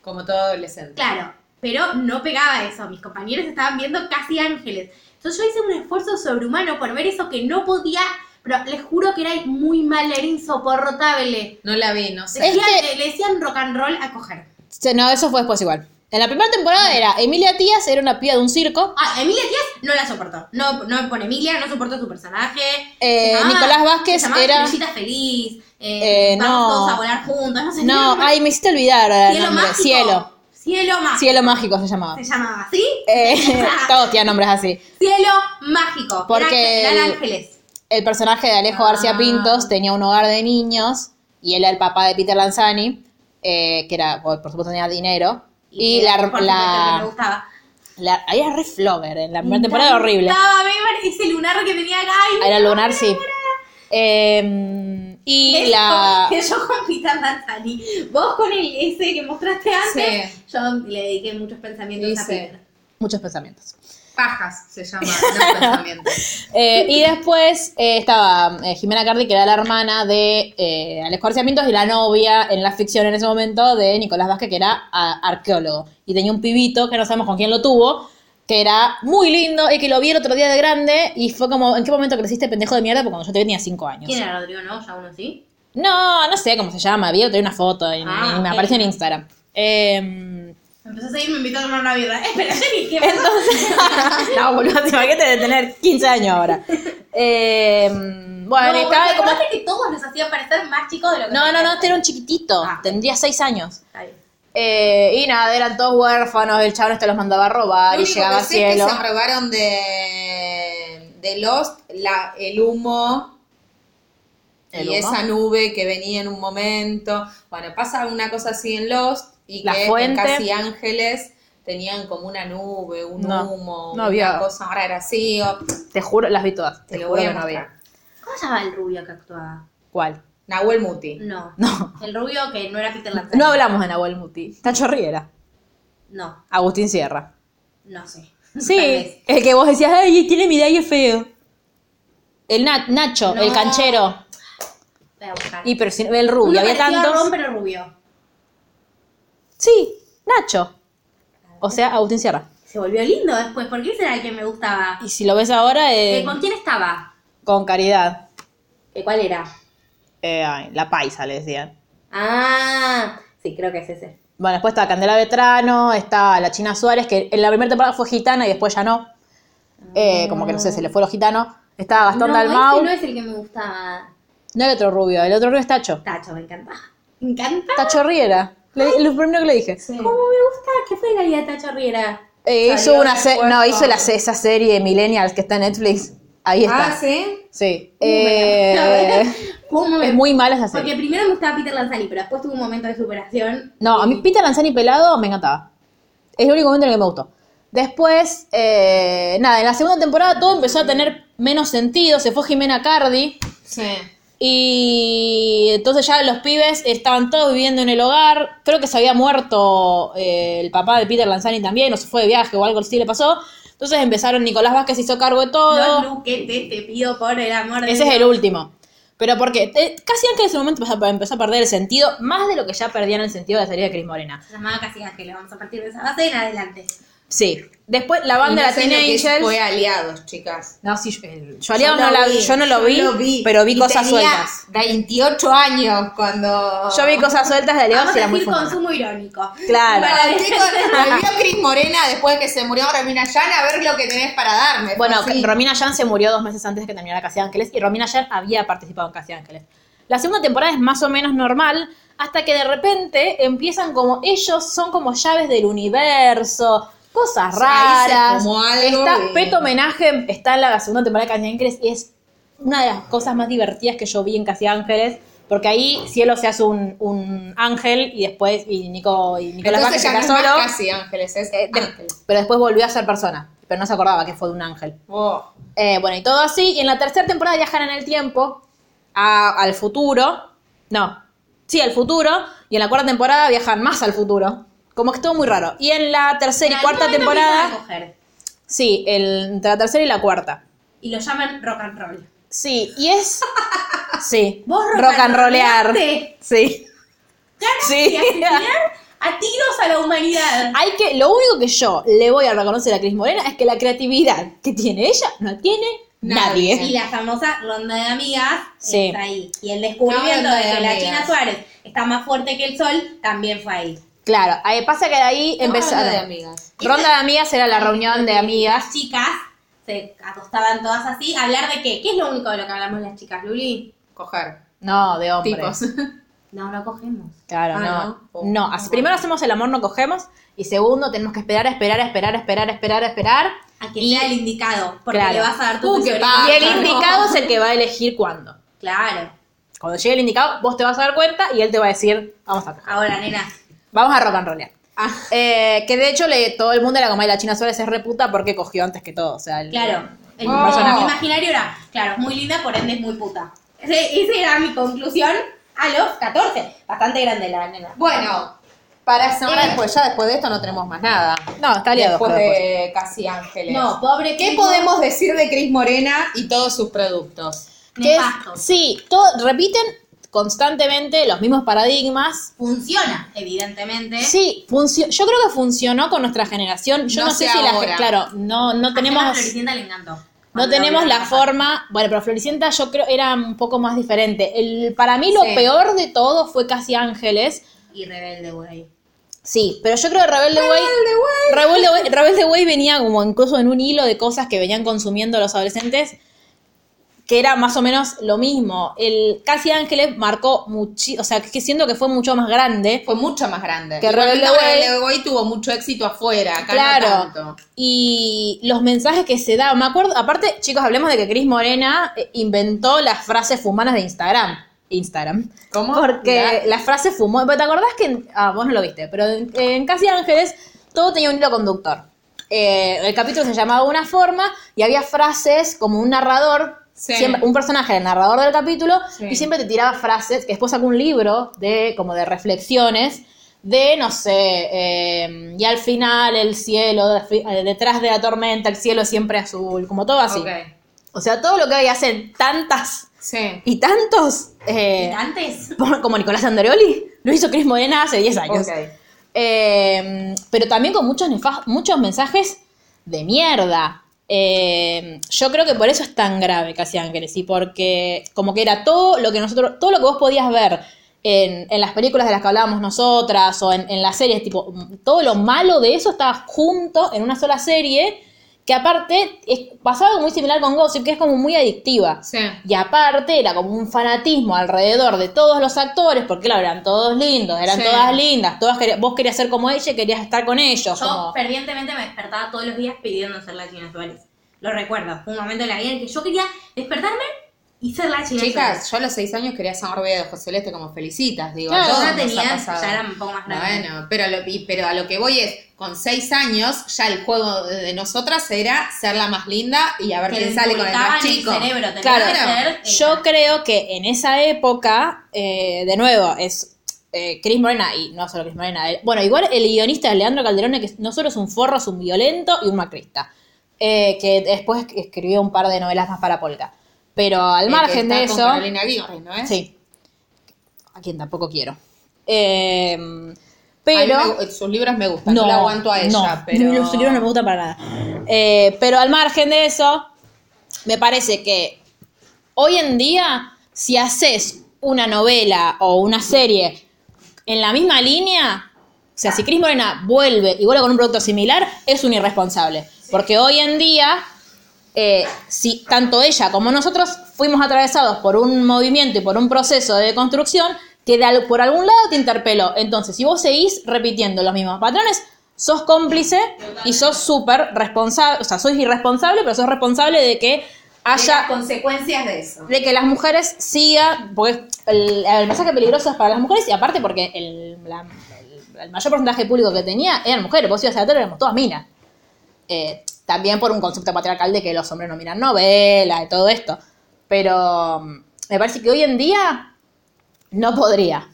Como todo adolescente.
Claro, pero no pegaba eso. Mis compañeros estaban viendo casi ángeles. Entonces yo hice un esfuerzo sobrehumano por ver eso que no podía, pero les juro que era muy mal, era insoportable.
No la vi, no sé.
Es
Decían-
que-
Le decían rock and roll a coger.
Sí, No, eso fue después igual. En la primera temporada era Emilia Tías, era una piba de un circo.
Ah, Emilia Díaz no la soportó. No, no por Emilia, no soportó su personaje.
Eh,
Se llamaba-
Nicolás Vázquez
se llamaba
era-
Estrellita Feliz. eh,
Eh,
vamos
no.
todos a volar juntos. No sé
No,
era-
ay, me hiciste olvidar ahora el
Cielo
nombre.
mágico.
Cielo.
Cielo mágico.
Cielo mágico se llamaba.
Se llamaba así.
Eh, todos tienen nombres así.
Cielo mágico.
Porque
Era,
el-
eran ángeles.
El personaje de Alejo
Ah.
García Pintos tenía un hogar de niños y él era el papá de Peter Lanzani, eh, que era, por por supuesto, tenía dinero. Y,
que,
la,
por supuesto, que me
la,
gustaba.
la- Ahí era re flover, en la primera temporada era horrible.
Estaba Beaver, ese lunar que tenía acá. y-
Era lunar, sí. Eh, y
Eso,
la.
Que yo con Peter Lanzani. Vos con el ese que mostraste antes.
Sí.
Yo le dediqué muchos pensamientos
Sí,
a
sí.
Peter.
Muchos pensamientos.
Pajas se llama los pensamientos.
Eh, y después eh, estaba eh, Jimena Cardi, que era la hermana de eh, Alejo García Pintos y la novia en la ficción en ese momento de Nicolás Vázquez, que era a- arqueólogo. Y tenía un pibito, que no sabemos con quién lo tuvo, que era muy lindo y que lo vi el otro día de grande y fue como, ¿en qué momento creciste pendejo de mierda? Porque cuando yo te vi tenía 5 años.
¿Quién era Rodrigo Noya? ¿Uno sí?
No, no sé cómo se llama, vi traer una foto y,
Ah,
y me
ok.
apareció en Instagram. Eh,
Empezó a seguir, me invitó a tomar una birra. Espera, Jenny, ¿qué pasó?
Entonces, no, boludo, te imagínate de tener 15 años ahora. Eh, bueno,
No,
estaba
porque
como.
aparte que todos nos hacían parecer más chicos de lo que
No, no, no,
realmente
este era un chiquitito,
Ah.
tendría 6 años.
Está bien.
Eh, y nada, eran todos huérfanos, el chabón este los mandaba a robar y llegaba a
que sé es
cielo.
que se robaron de, de Lost la, el humo
¿El
y
humo?
esa nube que venía en un momento. Bueno, pasa una cosa así en Lost y
La
que en
fuente.
Casi Ángeles tenían como una nube, un
No,
humo,
no había.
una cosa rara así. o-
Te juro, las vi todas.
te
Te
lo
juro
voy
que
a
no
mostrar.
había.
¿Cómo se llamaba el rubio que actuaba?
¿Cuál?
Nahuel
Mm.
Muti.
No.
No.
El rubio que no era Peter Lanzani.
No hablamos de Nahuel Muti. Tacho Riera.
No,
Agustín Sierra.
no sé. Tal vez.
Sí, el que vos decías, ay, tiene mi es feo. El Na- Nacho, el
No.
canchero.
Voy a buscar.
Y pero si- el
Uno
rubio, había
parecido a
tantos.
Ron, pero rubio.
Sí, Nacho. O sea, Agustín Sierra.
Se volvió lindo después, porque ese era el que me gustaba.
Y si lo ves ahora, eh,
Eh, ¿Con quién estaba?
con caridad.
Eh, ¿Cuál era?
Eh, ay, la paisa, le decían.
Ah, sí, creo que es ese.
Bueno, después está Candela Vetrano, está la China Suárez, que en la primera temporada fue gitana y después ya no. Eh, como que no sé, se le fue lo gitano. Está Gastón
no,
Dalmau.
ese no es el que me gustaba.
No hay otro rubio, el otro rubio es Tacho.
Tacho, me encantaba. Me encantaba.
Tacho Riera. Le- lo primero que le dije.
¿Cómo me gustaba? ¿Qué fue la vida de Tacho Riera?
Eh, hizo
Salió
una
de
se- no,
Puerto.
hizo la, esa serie Millennials que está en Netflix. Ahí está.
Ah, ¿sí?
Sí.
¿Cómo me la-
Eh,
¿Cómo me-
es muy mala esa serie.
Porque primero me gustaba Peter Lanzani, pero después tuvo un momento de superación.
No, a mí Peter Lanzani pelado me encantaba. Es el único momento en el que me gustó. Después, eh, nada, en la segunda temporada todo empezó a tener menos sentido. Se fue Jimena Cardi.
Sí.
Y entonces ya los pibes estaban todos viviendo en el hogar. Creo que se había muerto eh, el papá de Peter Lanzani también, o se fue de viaje o algo así le pasó. Entonces empezaron, Nicolás Vázquez hizo cargo de todo.
No, Luquete, te pido por el amor de
Ese es
Dios.
el último. Pero porque eh, casi antes de ese momento empezó a, empezó a perder el sentido, más de lo que ya perdían el sentido de la serie de Cris Morena.
Se llamaba Casi Ángeles, vamos a partir de esa base en adelante.
Sí. Después la banda
Y no
la
sé
tiene
lo que
Angels.
Fue aliados, chicas.
No, sí, yo, eh, el- yo Aliados no la vi, yo no lo
yo
vi, pero vi
Y
cosas
tenía
sueltas.
28 años cuando.
Yo vi cosas sueltas de Aliados
Vamos
y
a
era muy
decir
fumada.
consumo irónico.
Claro.
Relaté con- Volvió Cris Morena después de que se murió Romina Yan a ver lo que tenés para darme.
Bueno,
Fue así.
Romina Yan se murió dos meses antes de que terminara Casi Ángeles y Romina Yan había participado en Casi Ángeles. La segunda temporada es más o menos normal hasta que de repente empiezan como ellos son como llaves del universo, cosas
O sea, ahí se
raras.
fumó algo
Está
y-
Peto Homenaje está en la segunda temporada de Casi Ángeles y es una de las cosas más divertidas que yo vi en Casi Ángeles. Porque ahí Cielo se hace un, un ángel y después y Nico y Nicolás
Entonces ya no
Vázquez se queda
es más
solo.
casi Ángeles, es
Eh, de-
Ángeles.
pero después volvió a ser persona. Pero no se acordaba que fue de un ángel.
Oh.
Eh, bueno, y todo así. Y en la tercera temporada viajan en el tiempo a- al futuro. No, sí, al futuro. Y en la cuarta temporada viajan más al futuro. Como que es todo muy raro. Y en la tercera y
En
cuarta
algún momento empiezan
temporada.
a coger,
Sí, el- entre la tercera y la cuarta.
Y lo llaman rock and roll.
Sí, y es. Sí.
Vos rock
rock and
and
rollear.
roleaste.
Sí.
Y
Sí.
asesinar a tiros a la humanidad.
Hay que, lo único que yo le voy a reconocer a Cris Morena es que la creatividad que tiene ella no tiene nadie.
Nadie.
Y la famosa ronda de amigas
Sí.
está ahí. Y el
No,
descubrimiento
ronda
de,
de
que la
amigas.
China Suárez está más fuerte que el sol también fue ahí.
Claro, ahí pasa que de ahí empezó.
Ronda de amigas.
Ronda de amigas era la reunión de amigas.
Las chicas se acostaban todas así a hablar de qué. ¿Qué es lo único de lo que hablamos las chicas, Luli?
Coger.
No, de hombres.
Tipos.
No, no cogemos.
Claro,
Ah,
no. No,
no.
así- primero hacemos el amor, no cogemos. Y segundo, tenemos que esperar, esperar, esperar, esperar, esperar, esperar.
A que sea el indicado, porque
Claro.
le vas a dar tu
Uh, qué
tesorito.
paja.
Y el
no.
indicado es el que va a elegir cuándo.
Claro.
Cuando llegue el indicado, vos te vas a dar cuenta y él te va a decir, vamos a coger.
Ahora, nena,
Vamos a rock and rollear.
Ah.
Eh, que de hecho le, todo el mundo era como "Ay, la China Suárez es reputa porque cogió antes que todo. O sea, el-
claro. El
Oh.
personaje imaginario era, claro, muy linda, por ende es muy puta. Ese- esa era mi conclusión a los 14. Bastante grande la nena.
Bueno, para
Eh.
semana después, ya después de esto no tenemos más nada.
No, está aliado.
Después
creo, después.
de Casi Ángeles.
No, pobre
¿Qué
tipo,
podemos decir de Cris Morena y todos sus productos?
Que es-
nefastos.
sí, todo- repiten constantemente los mismos paradigmas
Funciona, evidentemente.
¿Eh?
Sí, funcio- yo creo que funcionó con nuestra generación. Yo no,
No
sé
sé
si la
ahora.
claro, no no
A
tenemos
Floricienta le encantó.
no
Cuando
tenemos
volvieron
la
a pasar.
forma, bueno, pero Floricienta yo creo era un poco más diferente. El, para mí lo
Sí.
peor de todo fue Casi Ángeles.
Y rebelde, güey.
Sí, pero yo creo que Rebelde Way Rebelde Way Rebelde Way venía como incluso en un hilo de cosas que venían consumiendo los adolescentes que era más o menos lo mismo. El Casi Ángeles marcó muchi, o sea, que siento que fue mucho más grande.
Fue mucho más grande.
Que
Y
Rebelde
Rebelde
Way-
Way tuvo mucho éxito afuera, acá
Claro.
no tanto.
Y los mensajes que se daban. Me acuerdo, aparte, chicos, hablemos de que Cris Morena eh, inventó las frases fumanas de Instagram. Instagram.
¿Cómo?
Porque
Mirá.
las frases fumó. ¿Pero te acordás que.? en- ah, vos no lo viste, pero en, en Casi Ángeles todo tenía un hilo conductor. Eh, el capítulo se llamaba de una forma y había frases como un narrador.
Sí.
siempre- un personaje, el narrador del capítulo,
Sí.
y siempre te tiraba frases, que después sacó un libro de como de reflexiones, de, no sé, eh, y al final el cielo, de- eh, detrás de la tormenta, el cielo siempre azul, como todo así.
Ok.
O sea, todo lo que hoy hacen tantas
Sí.
y tantos, eh,
Antes,
por- como Nicolás Andreoli, lo hizo Cris Morena hace 10 años.
Ok.
Eh, pero también con muchos, nefa- muchos mensajes de mierda. Eh, yo creo que por eso es tan grave Casi Ángeles y porque como que era todo lo que nosotros, todo lo que vos podías ver en, en las películas de las que hablábamos nosotras o en, en las series, tipo, mm, todo lo malo de eso estaba junto en una sola serie que aparte es, pasaba algo muy similar con Gossip, que es como muy adictiva.
Sí.
Y aparte era como un fanatismo alrededor de todos los actores, porque claro, eran todos lindos, eran
Sí.
todas lindas, todas querías- vos querías ser como ella y querías estar con ellos.
yo
como-
fervientemente me despertaba todos los días pidiendo ser la China Suárez. Lo recuerdo. Fue un momento de la vida en el que yo quería despertarme y ser la China
Chicas,
Suárez.
yo a los seis años quería San Orbea de José Celeste como felicitas, digo.
Claro,
¿a
yo
todos
ya
nos ha
tenía,
pasado?
ya era un poco más grande.
Bueno, pero, lo- y- pero a lo que voy es, con seis años, ya el juego de de nosotras era ser la más linda y a ver
Que
quién
me
sale con el
inculcaban
más
en el
chico.
cerebro, tenía
Claro,
que ser eh,
yo
ella.
creo que en esa época, eh, de nuevo, es eh, Cris Morena, y no solo Cris Morena, el- bueno, igual el guionista de Leandro Calderón, que no solo es un forro, es un violento y un macrista, eh, que después escribió un par de novelas más para Polka. Pero al
El que
margen
está
de
con
eso...
¿Eh? Carolina Aguirre, ¿no es?
Sí. A quien tampoco quiero. Eh, Pero.
A mí me gu- sus libros me gustan, no, la aguanto a ella,
no,
pero...
Los libros no me gustan para nada. Eh, pero al margen de eso, me parece que hoy en día, si haces una novela o una serie en la misma línea, o sea, si Cris Morena vuelve y vuelve con un producto similar, es un irresponsable. Porque hoy en día, eh, si tanto ella como nosotros fuimos atravesados por un movimiento y por un proceso de construcción que de al- por algún lado te interpeló. Entonces, si vos seguís repitiendo los mismos patrones, sos cómplice y sos súper responsable, o sea, sois irresponsable, pero sos responsable de que haya
las consecuencias de eso.
de que las mujeres sigan, porque el, el mensaje peligroso es para las mujeres y aparte porque el, la- el- el mayor porcentaje de público que tenía eran mujeres, vos ibas a la tele éramos todas minas. Eh, también por un concepto patriarcal de que los hombres no miran novelas y todo esto. Pero mm, me parece que hoy en día no podría,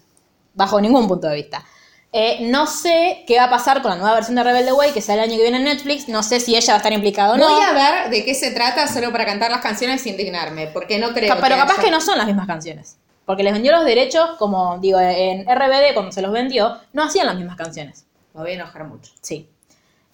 bajo ningún punto de vista. Eh, no sé qué va a pasar con la nueva versión de Rebelde Way, que sale el año que viene en Netflix. No sé si ella va a estar implicada o no.
Voy a ver de qué se trata solo para cantar las canciones e indignarme, porque no creo
Ca- pero capaz
haya-
que no son las mismas canciones. Porque les vendió los derechos, como digo, en RBD, cuando se los vendió, no hacían las mismas canciones.
Me voy a enojar mucho.
Sí.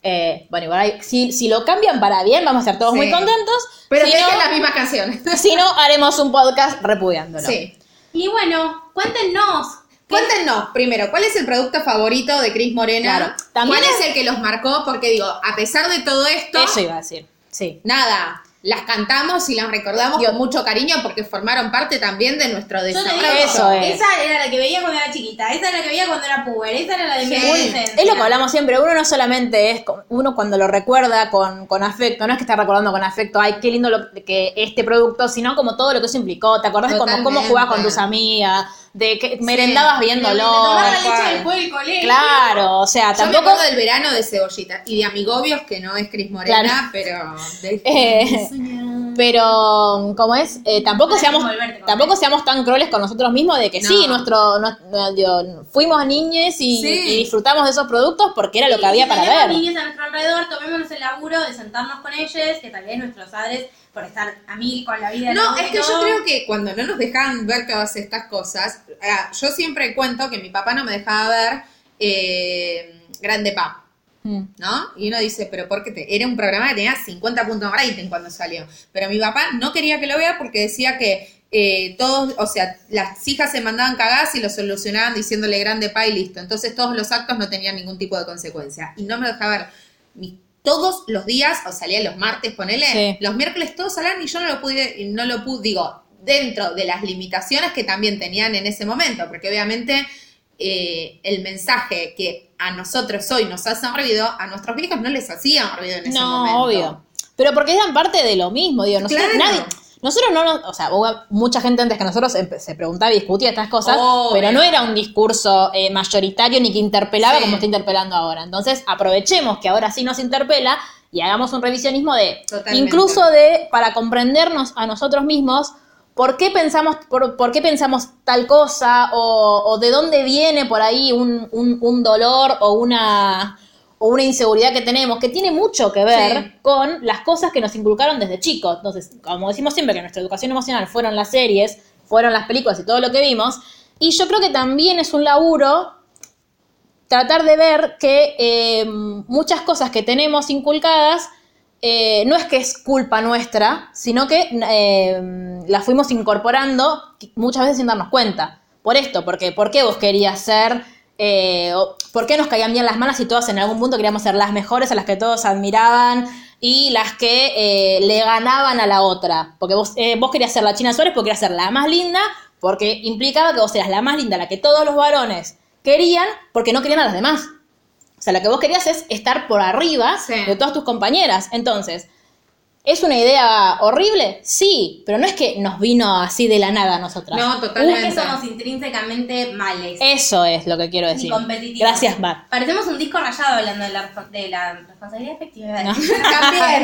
Eh, bueno, igual hay- si, si lo cambian para bien, vamos a estar todos
Sí.
muy contentos.
Pero
si,
que
no,
dejen las mismas canciones.
si no, haremos un podcast repudiándolo.
Sí.
Y bueno, cuéntenos. ¿qué-
Cuéntenos, primero, ¿cuál es el producto favorito de Cris Morena?
Claro, también
¿Cuál es...
es-
el que los marcó? Porque digo, a pesar de todo esto,
Eso iba a decir. Sí.
nada, las cantamos y las recordamos
Yo-
con mucho cariño porque formaron parte también de nuestro
Yo te
desarrollo.
digo,
Eso es.
esa era la que veía cuando era chiquita, esa era la que veía cuando era puber, esa era la de mi
Sí.
adolescencia.
Es lo que hablamos siempre, uno no solamente es, con- uno cuando lo recuerda con, con afecto, no es que está recordando con afecto, ay, qué lindo lo, que este producto, sino como todo lo que eso implicó, ¿te acordás como cómo
Totalmente.
jugabas con tus amigas, de que merendabas
De- de
viéndolo?
tomar la leche
cual.
después del colegio.
Claro, o sea,
Yo me
tampoco...
acuerdo del verano de Cebollita y de Amigobios, que no es Cris Morena, pero... de-
Eh, pero, ¿cómo es? Eh, tampoco
Podés
seamos
envolverte con
tampoco seamos tan crueles con nosotros mismos de que
No.
sí, nuestro, no- no, digo, fuimos niñes y,
Sí.
y disfrutamos de esos productos porque era lo que
Sí,
había
si
para
tenemos
ver.
niños a nuestro alrededor, tomémonos el laburo de sentarnos con ellos, que tal vez nuestros padres, por estar a mil con la vida.
No,
de
es que yo
todos,
creo que cuando no nos dejaban ver todas estas cosas, ah, yo siempre cuento que mi papá no me dejaba ver eh, Grande Pa,
Mm.
¿no? Y uno dice, pero ¿por qué te? Era un programa que tenía 50 puntos de rating cuando salió. Pero mi papá no quería que lo vea porque decía que eh, todos, o sea, las hijas se mandaban cagadas y lo solucionaban diciéndole Grande Pa y listo. Entonces todos los actos no tenían ningún tipo de consecuencia. Y no me dejaba ver. Mi- todos los días, o salía los martes, ponele,
Sí.
los miércoles todos salían y yo no lo pude, y no lo pude, digo, dentro de las limitaciones que también tenían en ese momento, porque obviamente eh, el mensaje que a nosotros hoy nos hace ruido, a nuestros viejos no les hacían ruido en ese
no,
momento.
obvio. Pero porque eran parte de lo mismo, digo, nosotros,
Claro.
nadie, nosotros no nos, o sea, hubo mucha gente antes que nosotros empe- se preguntaba y discutía estas cosas,
Obvio.
pero no era un discurso eh, mayoritario ni que interpelaba
Sí.
como está interpelando ahora. Entonces, aprovechemos que ahora sí nos interpela y hagamos un revisionismo de,
Totalmente.
incluso de, para comprendernos a nosotros mismos, por qué pensamos, por, por qué pensamos tal cosa, o, o de dónde viene por ahí un, un- un dolor o una, o una inseguridad que tenemos, que tiene mucho que ver
Sí.
con las cosas que nos inculcaron desde chicos. Entonces, como decimos siempre, que nuestra educación emocional fueron las series, fueron las películas y todo lo que vimos. Y yo creo que también es un laburo tratar de ver que eh, muchas cosas que tenemos inculcadas eh, no es que es culpa nuestra, sino que eh, las fuimos incorporando muchas veces sin darnos cuenta. Por esto, porque ¿por qué vos querías ser? eh, o ¿Por qué nos caían bien las malas y todas en algún punto queríamos ser las mejores, a las que todos admiraban y las que eh, le ganaban a la otra? Porque vos, eh, vos querías ser la China Suárez porque querías ser la más linda, porque implicaba que vos eras la más linda, la que todos los varones querían porque no querían a las demás. O sea, lo que vos querías es estar por arriba
Sí.
de todas tus compañeras. Entonces, ¿es una idea horrible? Sí, pero no es que nos vino así de la nada a nosotras.
No,
No es
totalmente.
que somos intrínsecamente males.
Eso es lo que quiero
ni
decir.
competitivos.
Gracias, Mar.
Parecemos un disco rayado hablando de la, respon- de la responsabilidad efectiva.
No. También.
También.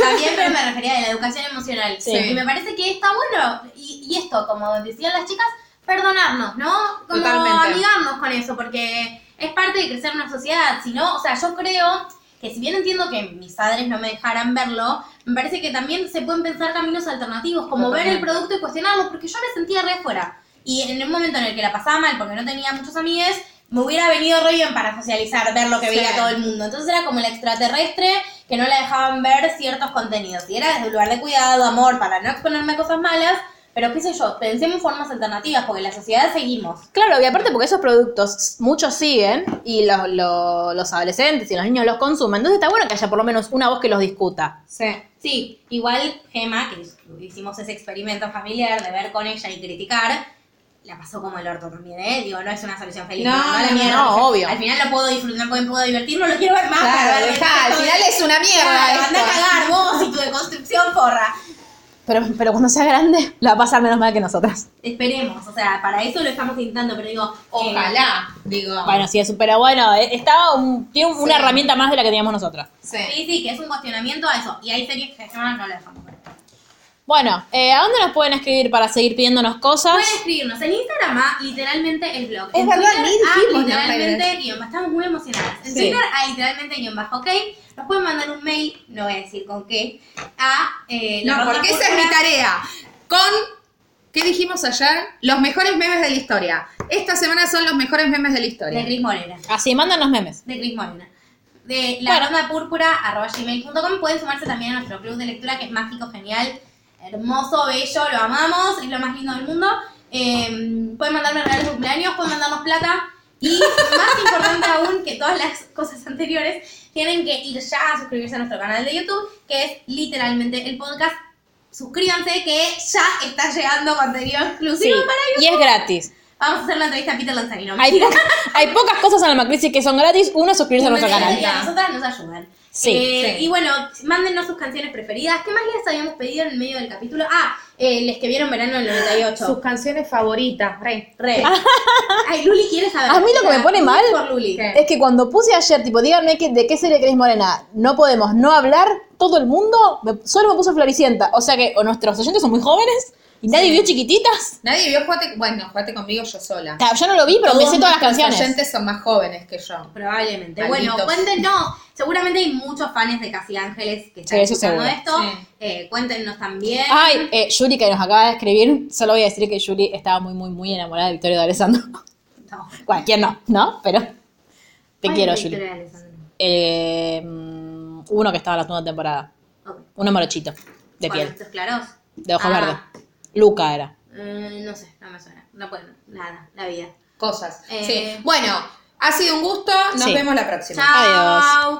También, pero me refería a la educación emocional.
Sí.
Y me parece que está bueno. Y, y esto, como decían las chicas, perdonarnos, ¿no? Como
Totalmente.
amigarnos con eso, porque es parte de crecer una sociedad. Si no, o sea, yo creo que si bien entiendo que mis padres no me dejaran verlo, me parece que también se pueden pensar caminos alternativos, como ver el producto y cuestionarlo, porque yo me sentía re fuera. Y en un momento en el que la pasaba mal porque no tenía muchos amigues, me hubiera venido re bien para socializar, ver lo que veía todo el mundo. Entonces era como el extraterrestre que no la dejaban ver ciertos contenidos. Y era desde un lugar de cuidado, amor, para no exponerme a cosas malas. Pero qué sé yo, pensemos en formas alternativas, porque la sociedad seguimos.
Claro, y aparte porque esos productos muchos siguen y los, los, los adolescentes y los niños los consumen, entonces está bueno que haya por lo menos una voz que los discuta.
Sí.
Sí, igual Gema, que hicimos ese experimento familiar de ver con ella y criticar, la pasó como el orto también, ¿eh? Digo, no es una solución feliz.
No,
la
no,
mierda.
no, obvio.
Al final lo puedo disfrutar, puedo, puedo divertir, no lo quiero ver más. para
Claro, Ah,
ver
dejá, al
esto.
final es una mierda
Claro, anda a
esto.
cagar vos y tu deconstrucción, porra.
Pero, pero cuando sea grande la va a pasar menos mal que nosotras.
Esperemos, o sea, para eso lo estamos intentando, pero digo, eh,
Ojalá, digo.
Bueno, sí, es súper bueno. eh, Está un- tiene un- una
Sí.
herramienta más de la que teníamos nosotras.
Sí.
Sí, sí, que es un cuestionamiento a eso. Y hay series que Gema no la dejamos ver.
Bueno, eh, ¿a dónde nos pueden escribir para seguir pidiéndonos cosas?
Pueden escribirnos en Instagram a literalmente el blog.
Es
en
verdad,
Twitter,
ni dijimos
a
las
literalmente guión bajo. Estamos muy emocionadas. En
Sí.
Twitter a literalmente guión bajo, ok. Nos pueden mandar un mail, no voy a decir con qué, a... Eh,
No,
larrosapúrpura-
porque esa es mi tarea. Con. ¿Qué dijimos ayer? Los mejores memes de la historia. Esta semana son los mejores memes de la
De
historia.
Cris Morena.
Así, mándanos memes.
De Cris Morena. De la ronda púrpura arroba gmail.com. Pueden sumarse también a nuestro club de lectura que es mágico, genial, hermoso, bello, lo amamos, es lo más lindo del mundo. Eh, pueden mandarme regalos de cumpleaños, pueden mandarnos plata. Y más importante aún que todas las cosas anteriores, tienen que ir ya a suscribirse a nuestro canal de YouTube, que es literalmente el podcast. Suscríbanse que ya está llegando contenido
Sí,
exclusivo para
y es gratis.
Vamos a hacer la entrevista a Peter Lanzarino.
Hay, poca- hay pocas cosas en la Macrisis que son gratis. Uno es suscribirse a nuestro
Bienvenidos
canal.
Y a nosotras nos ayudan.
Sí,
Eh,
sí.
Y bueno, mándennos sus canciones preferidas. ¿Qué más les habíamos pedido en el medio del capítulo? Ah, eh, les que vieron verano del 98.
canciones favoritas, Rey.
Re. Ay, Luli quiere saber.
A mí lo que me pone
Luli
mal-
Por Luli. Eh,
¿Qué?
Es que cuando puse ayer, tipo, díganme que- de qué serie Cris Morena no podemos no hablar, todo el mundo me- solo me puso Floricienta. O sea que o nuestros oyentes son muy jóvenes y nadie vio chiquititas.
Nadie vio Jugate. Bueno, Jugate conmigo yo sola.
Ta, Yo no lo vi, pero me sé todas las
nuestros
canciones.
oyentes son más jóvenes que yo.
Probablemente.
Malditos.
Bueno, cuéntenos. Seguramente hay muchos fans de Casi Ángeles que están
Sí, eso
escuchando
seguro.
esto.
Sí.
Eh, cuéntenos también.
Ay, eh, Yuri que nos acaba de escribir, solo voy a decir que Yuri estaba muy, muy, muy enamorada de Victoria de Alessandro.
No.
Cualquier no, ¿no? Pero te
Ay,
quiero,
Victoria
Yuri.
Alessandro.
Eh, mm, uno que estaba en la segunda temporada,
Ok.
uno morochito, de
¿Con
piel,
estos claros?
de ojos
Ah.
verdes. Luca era.
Eh, no sé, no me suena. No puedo, nada, la vida.
Cosas.
Eh.
Sí. Bueno, ha sido un gusto. Nos
Sí.
vemos la próxima.
Chao.
Adiós.